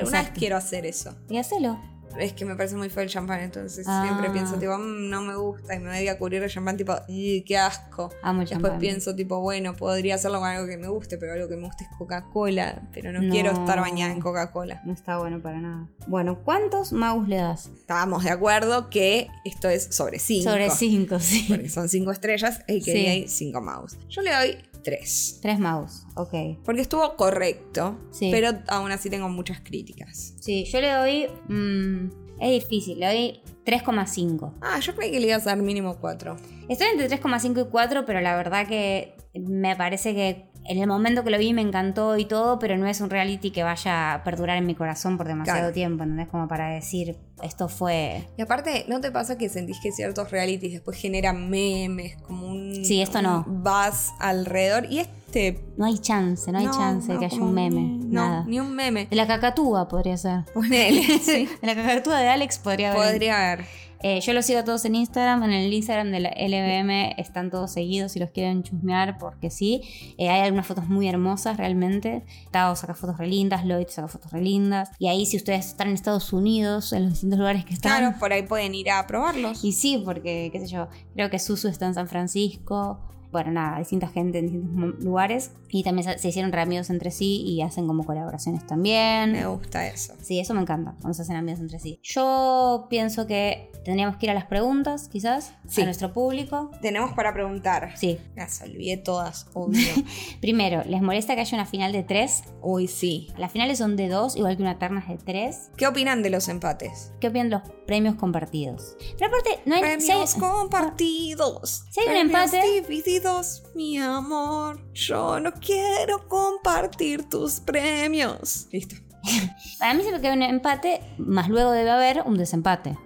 [SPEAKER 2] vez
[SPEAKER 3] Exacto.
[SPEAKER 2] quiero hacer eso.
[SPEAKER 3] Y hacelo.
[SPEAKER 2] Es que me parece muy feo el champán, entonces
[SPEAKER 3] Ah.
[SPEAKER 2] siempre pienso tipo, "Mm, no me gusta y me voy a cubrir el champán tipo, "Ih, qué asco.
[SPEAKER 3] Amo el
[SPEAKER 2] Después
[SPEAKER 3] champán.
[SPEAKER 2] pienso tipo, bueno, podría hacerlo con algo que me guste, pero algo que me guste es Coca-Cola, pero no,
[SPEAKER 3] No.
[SPEAKER 2] quiero estar bañada en Coca-Cola.
[SPEAKER 3] No está bueno para nada. Bueno, ¿cuántos maus le das?
[SPEAKER 2] Estábamos de acuerdo que esto es sobre 5.
[SPEAKER 3] Sobre cinco, sí.
[SPEAKER 2] Porque son 5 estrellas y que
[SPEAKER 3] Sí.
[SPEAKER 2] hay 5 mouse. Yo le doy 3.
[SPEAKER 3] Tres maus. Ok.
[SPEAKER 2] Porque estuvo correcto,
[SPEAKER 3] Sí.
[SPEAKER 2] pero aún así tengo muchas críticas.
[SPEAKER 3] Sí, yo le doy. mm, es difícil, le doy 3,5.
[SPEAKER 2] Ah, yo creí que le iba a dar mínimo 4.
[SPEAKER 3] Estoy entre 3,5 y 4, pero la verdad que me parece que en el momento que lo vi me encantó y todo, pero no es un reality que vaya a perdurar en mi corazón por demasiado
[SPEAKER 2] Claro.
[SPEAKER 3] tiempo, ¿entendés? Como para decir, esto fue.
[SPEAKER 2] Y aparte, ¿no te pasa que sentís que ciertos realities después generan memes, como un.
[SPEAKER 3] Sí, esto no.
[SPEAKER 2] Vas alrededor. Y este.
[SPEAKER 3] No hay chance, no hay chance de
[SPEAKER 2] no,
[SPEAKER 3] que haya
[SPEAKER 2] como
[SPEAKER 3] un meme.
[SPEAKER 2] No,
[SPEAKER 3] nada.
[SPEAKER 2] ni un meme.
[SPEAKER 3] De la cacatúa podría ser.
[SPEAKER 2] Ponele. sí.
[SPEAKER 3] De la cacatúa de Alex podría haber.
[SPEAKER 2] Podría haber.
[SPEAKER 3] Eh, yo los sigo a todos en Instagram, en el Instagram de la LBM están todos seguidos si los quieren chusmear porque sí. Eh, hay algunas fotos muy hermosas realmente. Tao saca fotos re lindas, Lloyd saca fotos re lindas. Y ahí si ustedes están en Estados Unidos, en los distintos lugares que están.
[SPEAKER 2] Claro, por ahí pueden ir a probarlos.
[SPEAKER 3] Y sí, porque qué sé yo, creo que Susu está en San Francisco. Bueno, nada, distinta gente en distintos mo- lugares. Y también se se hicieron re amigos entre sí y hacen como colaboraciones también.
[SPEAKER 2] Me gusta eso.
[SPEAKER 3] Sí, eso me encanta, cuando se hacen amigos entre sí. Yo pienso que tendríamos que ir a las preguntas, quizás,
[SPEAKER 2] Sí.
[SPEAKER 3] a nuestro público.
[SPEAKER 2] Tenemos para preguntar.
[SPEAKER 3] Sí.
[SPEAKER 2] Las olvidé todas, obvio.
[SPEAKER 3] Primero, ¿les molesta que haya una final de tres?
[SPEAKER 2] Uy, sí.
[SPEAKER 3] Las finales son de dos, igual que una terna es de tres.
[SPEAKER 2] ¿Qué opinan de los empates?
[SPEAKER 3] ¿Qué opinan los premios compartidos? Pero aparte, no hay... si hay-
[SPEAKER 2] Premios compartidos.
[SPEAKER 3] si hay un
[SPEAKER 2] premios
[SPEAKER 3] ah, empate-
[SPEAKER 2] divididos, mi amor. Yo no quiero compartir tus premios. Listo.
[SPEAKER 3] para mí siempre que hay un empate, más luego debe haber un desempate.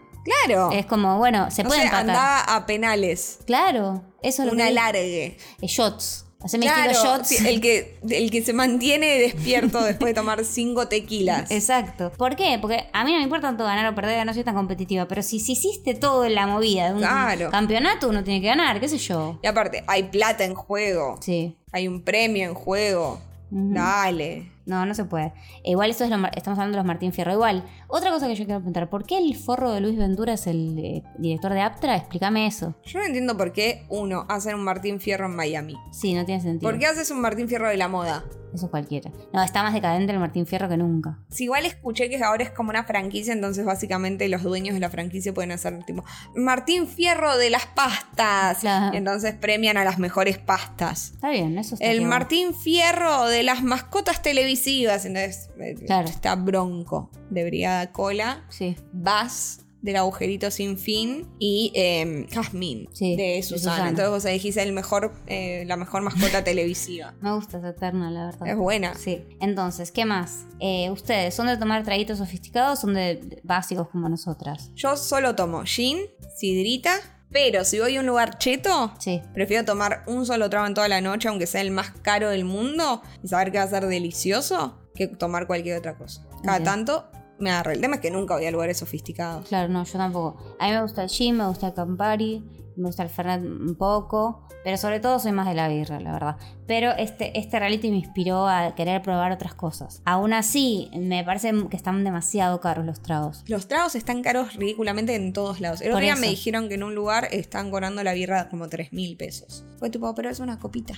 [SPEAKER 2] Claro.
[SPEAKER 3] Es como, bueno, se
[SPEAKER 2] Oh. Eh, no
[SPEAKER 3] Eh, puede
[SPEAKER 2] sé,
[SPEAKER 3] empatar.
[SPEAKER 2] andaba a penales.
[SPEAKER 3] Claro, eso es lo
[SPEAKER 2] Un
[SPEAKER 3] que...
[SPEAKER 2] alargue.
[SPEAKER 3] Eh, Shots. Haceme
[SPEAKER 2] Claro,
[SPEAKER 3] estilo shots.
[SPEAKER 2] sí, el que, el que se mantiene despierto después de tomar cinco tequilas.
[SPEAKER 3] Exacto. ¿Por qué? Porque a mí no me importa tanto ganar o perder, no soy tan competitiva, pero si, si hiciste todo en la movida de un
[SPEAKER 2] Claro.
[SPEAKER 3] campeonato, uno tiene que ganar, qué sé yo.
[SPEAKER 2] Y aparte, hay plata en juego.
[SPEAKER 3] Sí.
[SPEAKER 2] Hay un premio en juego.
[SPEAKER 3] Ujú.
[SPEAKER 2] Dale.
[SPEAKER 3] No, no se puede. E Igual eso es lo, mar- estamos hablando de los Martín Fierro. Igual, otra cosa que yo quiero preguntar, ¿por qué el forro de Luis Ventura es el eh, director de Aptra? Explícame eso.
[SPEAKER 2] Yo no entiendo por qué, uno, hacen un Martín Fierro en Miami.
[SPEAKER 3] Sí, no tiene sentido.
[SPEAKER 2] ¿Por qué haces un Martín Fierro de la moda?
[SPEAKER 3] Eso cualquiera. No, está más decadente el Martín Fierro que nunca.
[SPEAKER 2] Si igual escuché que ahora es como una franquicia, entonces básicamente los dueños de la franquicia pueden hacer tipo Martín Fierro de las pastas.
[SPEAKER 3] Claro.
[SPEAKER 2] Y entonces premian a las mejores pastas.
[SPEAKER 3] Está bien, eso está
[SPEAKER 2] El
[SPEAKER 3] bien.
[SPEAKER 2] Martín Fierro de las mascotas televisivas. Entonces eh,
[SPEAKER 3] Claro.
[SPEAKER 2] está bronco de Brigada Cola.
[SPEAKER 3] Sí.
[SPEAKER 2] Vas del agujerito sin fin y eh, Jazmín
[SPEAKER 3] Sí,
[SPEAKER 2] de
[SPEAKER 3] de
[SPEAKER 2] Susana.
[SPEAKER 3] Susana.
[SPEAKER 2] Entonces vos elegís el mejor, eh, la mejor mascota televisiva.
[SPEAKER 3] Me gusta esa terna, la verdad.
[SPEAKER 2] Es buena.
[SPEAKER 3] Sí. Entonces, ¿qué más? Eh, ¿Ustedes son de tomar traguitos sofisticados o son de básicos como nosotras?
[SPEAKER 2] Yo solo tomo gin, sidrita, pero si voy a un lugar cheto,
[SPEAKER 3] Sí.
[SPEAKER 2] prefiero tomar un solo trago en toda la noche, aunque sea el más caro del mundo, y saber que va a ser delicioso, que tomar cualquier otra cosa. Cada
[SPEAKER 3] Bien.
[SPEAKER 2] tanto me agarro. El tema es que nunca voy a lugares sofisticados.
[SPEAKER 3] Claro, no, yo tampoco. A mí me gusta el gin, me gusta el Campari, me gusta el Fernet un poco, pero sobre todo soy más de la birra, la verdad. Pero este, este reality me inspiró a querer probar otras cosas. Aún así, me parece que están demasiado caros los tragos.
[SPEAKER 2] Los tragos están caros ridículamente en todos lados. El otro
[SPEAKER 3] Por
[SPEAKER 2] día
[SPEAKER 3] eso.
[SPEAKER 2] me dijeron que en un lugar están cobrando la birra como 3 mil pesos. Fue tipo, pero es una copita.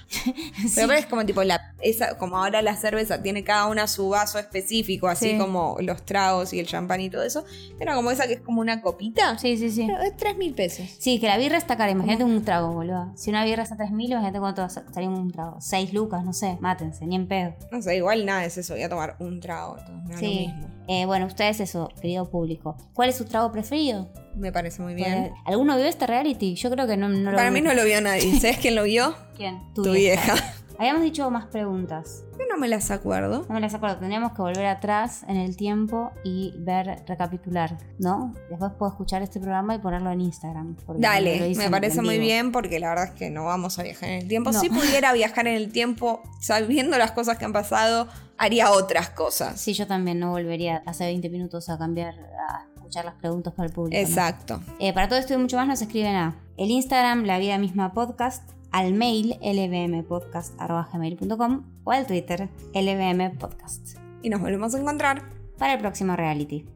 [SPEAKER 2] Pero es como tipo, la, esa, como ahora la cerveza tiene cada una su vaso específico, así
[SPEAKER 3] Sí.
[SPEAKER 2] como los tragos y el champán y todo eso. Era como esa que es como una copita.
[SPEAKER 3] Sí, sí, sí.
[SPEAKER 2] Pero es 3 mil pesos.
[SPEAKER 3] Sí, que la birra es está cara. Imagínate un trago, boludo. Si una birra está 3.000, imagínate cuánto va a sa- salir un trago. 6 lucas, no sé. Mátense, ni en pedo.
[SPEAKER 2] No sé, igual nada es eso. Voy a tomar un trago. entonces me da
[SPEAKER 3] Sí.
[SPEAKER 2] Ah, lo mismo.
[SPEAKER 3] Eh, bueno, ustedes eso, querido público. ¿Cuál es su trago preferido?
[SPEAKER 2] Me parece muy bien.
[SPEAKER 3] Pues, ¿Alguno vio este reality? Yo creo que no, no lo
[SPEAKER 2] Para
[SPEAKER 3] vi.
[SPEAKER 2] mí no lo vio nadie. ¿Sabes quién lo vio?
[SPEAKER 3] ¿Quién?
[SPEAKER 2] Tu vieja.
[SPEAKER 3] Habíamos dicho más preguntas.
[SPEAKER 2] Yo no me las acuerdo.
[SPEAKER 3] No me las acuerdo. Tendríamos que volver atrás en el tiempo y ver, recapitular, ¿no? Después puedo escuchar este programa y ponerlo en Instagram. porque no lo
[SPEAKER 2] Dale,
[SPEAKER 3] hice
[SPEAKER 2] me
[SPEAKER 3] en
[SPEAKER 2] parece muy
[SPEAKER 3] vivo.
[SPEAKER 2] bien porque la verdad es que no vamos a viajar en el tiempo.
[SPEAKER 3] No.
[SPEAKER 2] Si pudiera viajar en el tiempo, sabiendo las cosas que han pasado, haría otras cosas.
[SPEAKER 3] Sí, yo también no volvería hace 20 minutos a cambiar, a escuchar las preguntas para el público. ¿no?
[SPEAKER 2] Exacto.
[SPEAKER 3] Eh, para todo esto y mucho más nos escriben a el Instagram, la vida misma podcast, al mail lbmpodcast.com o al Twitter lbmpodcast.
[SPEAKER 2] Y nos volvemos a encontrar.
[SPEAKER 3] Para el próximo reality.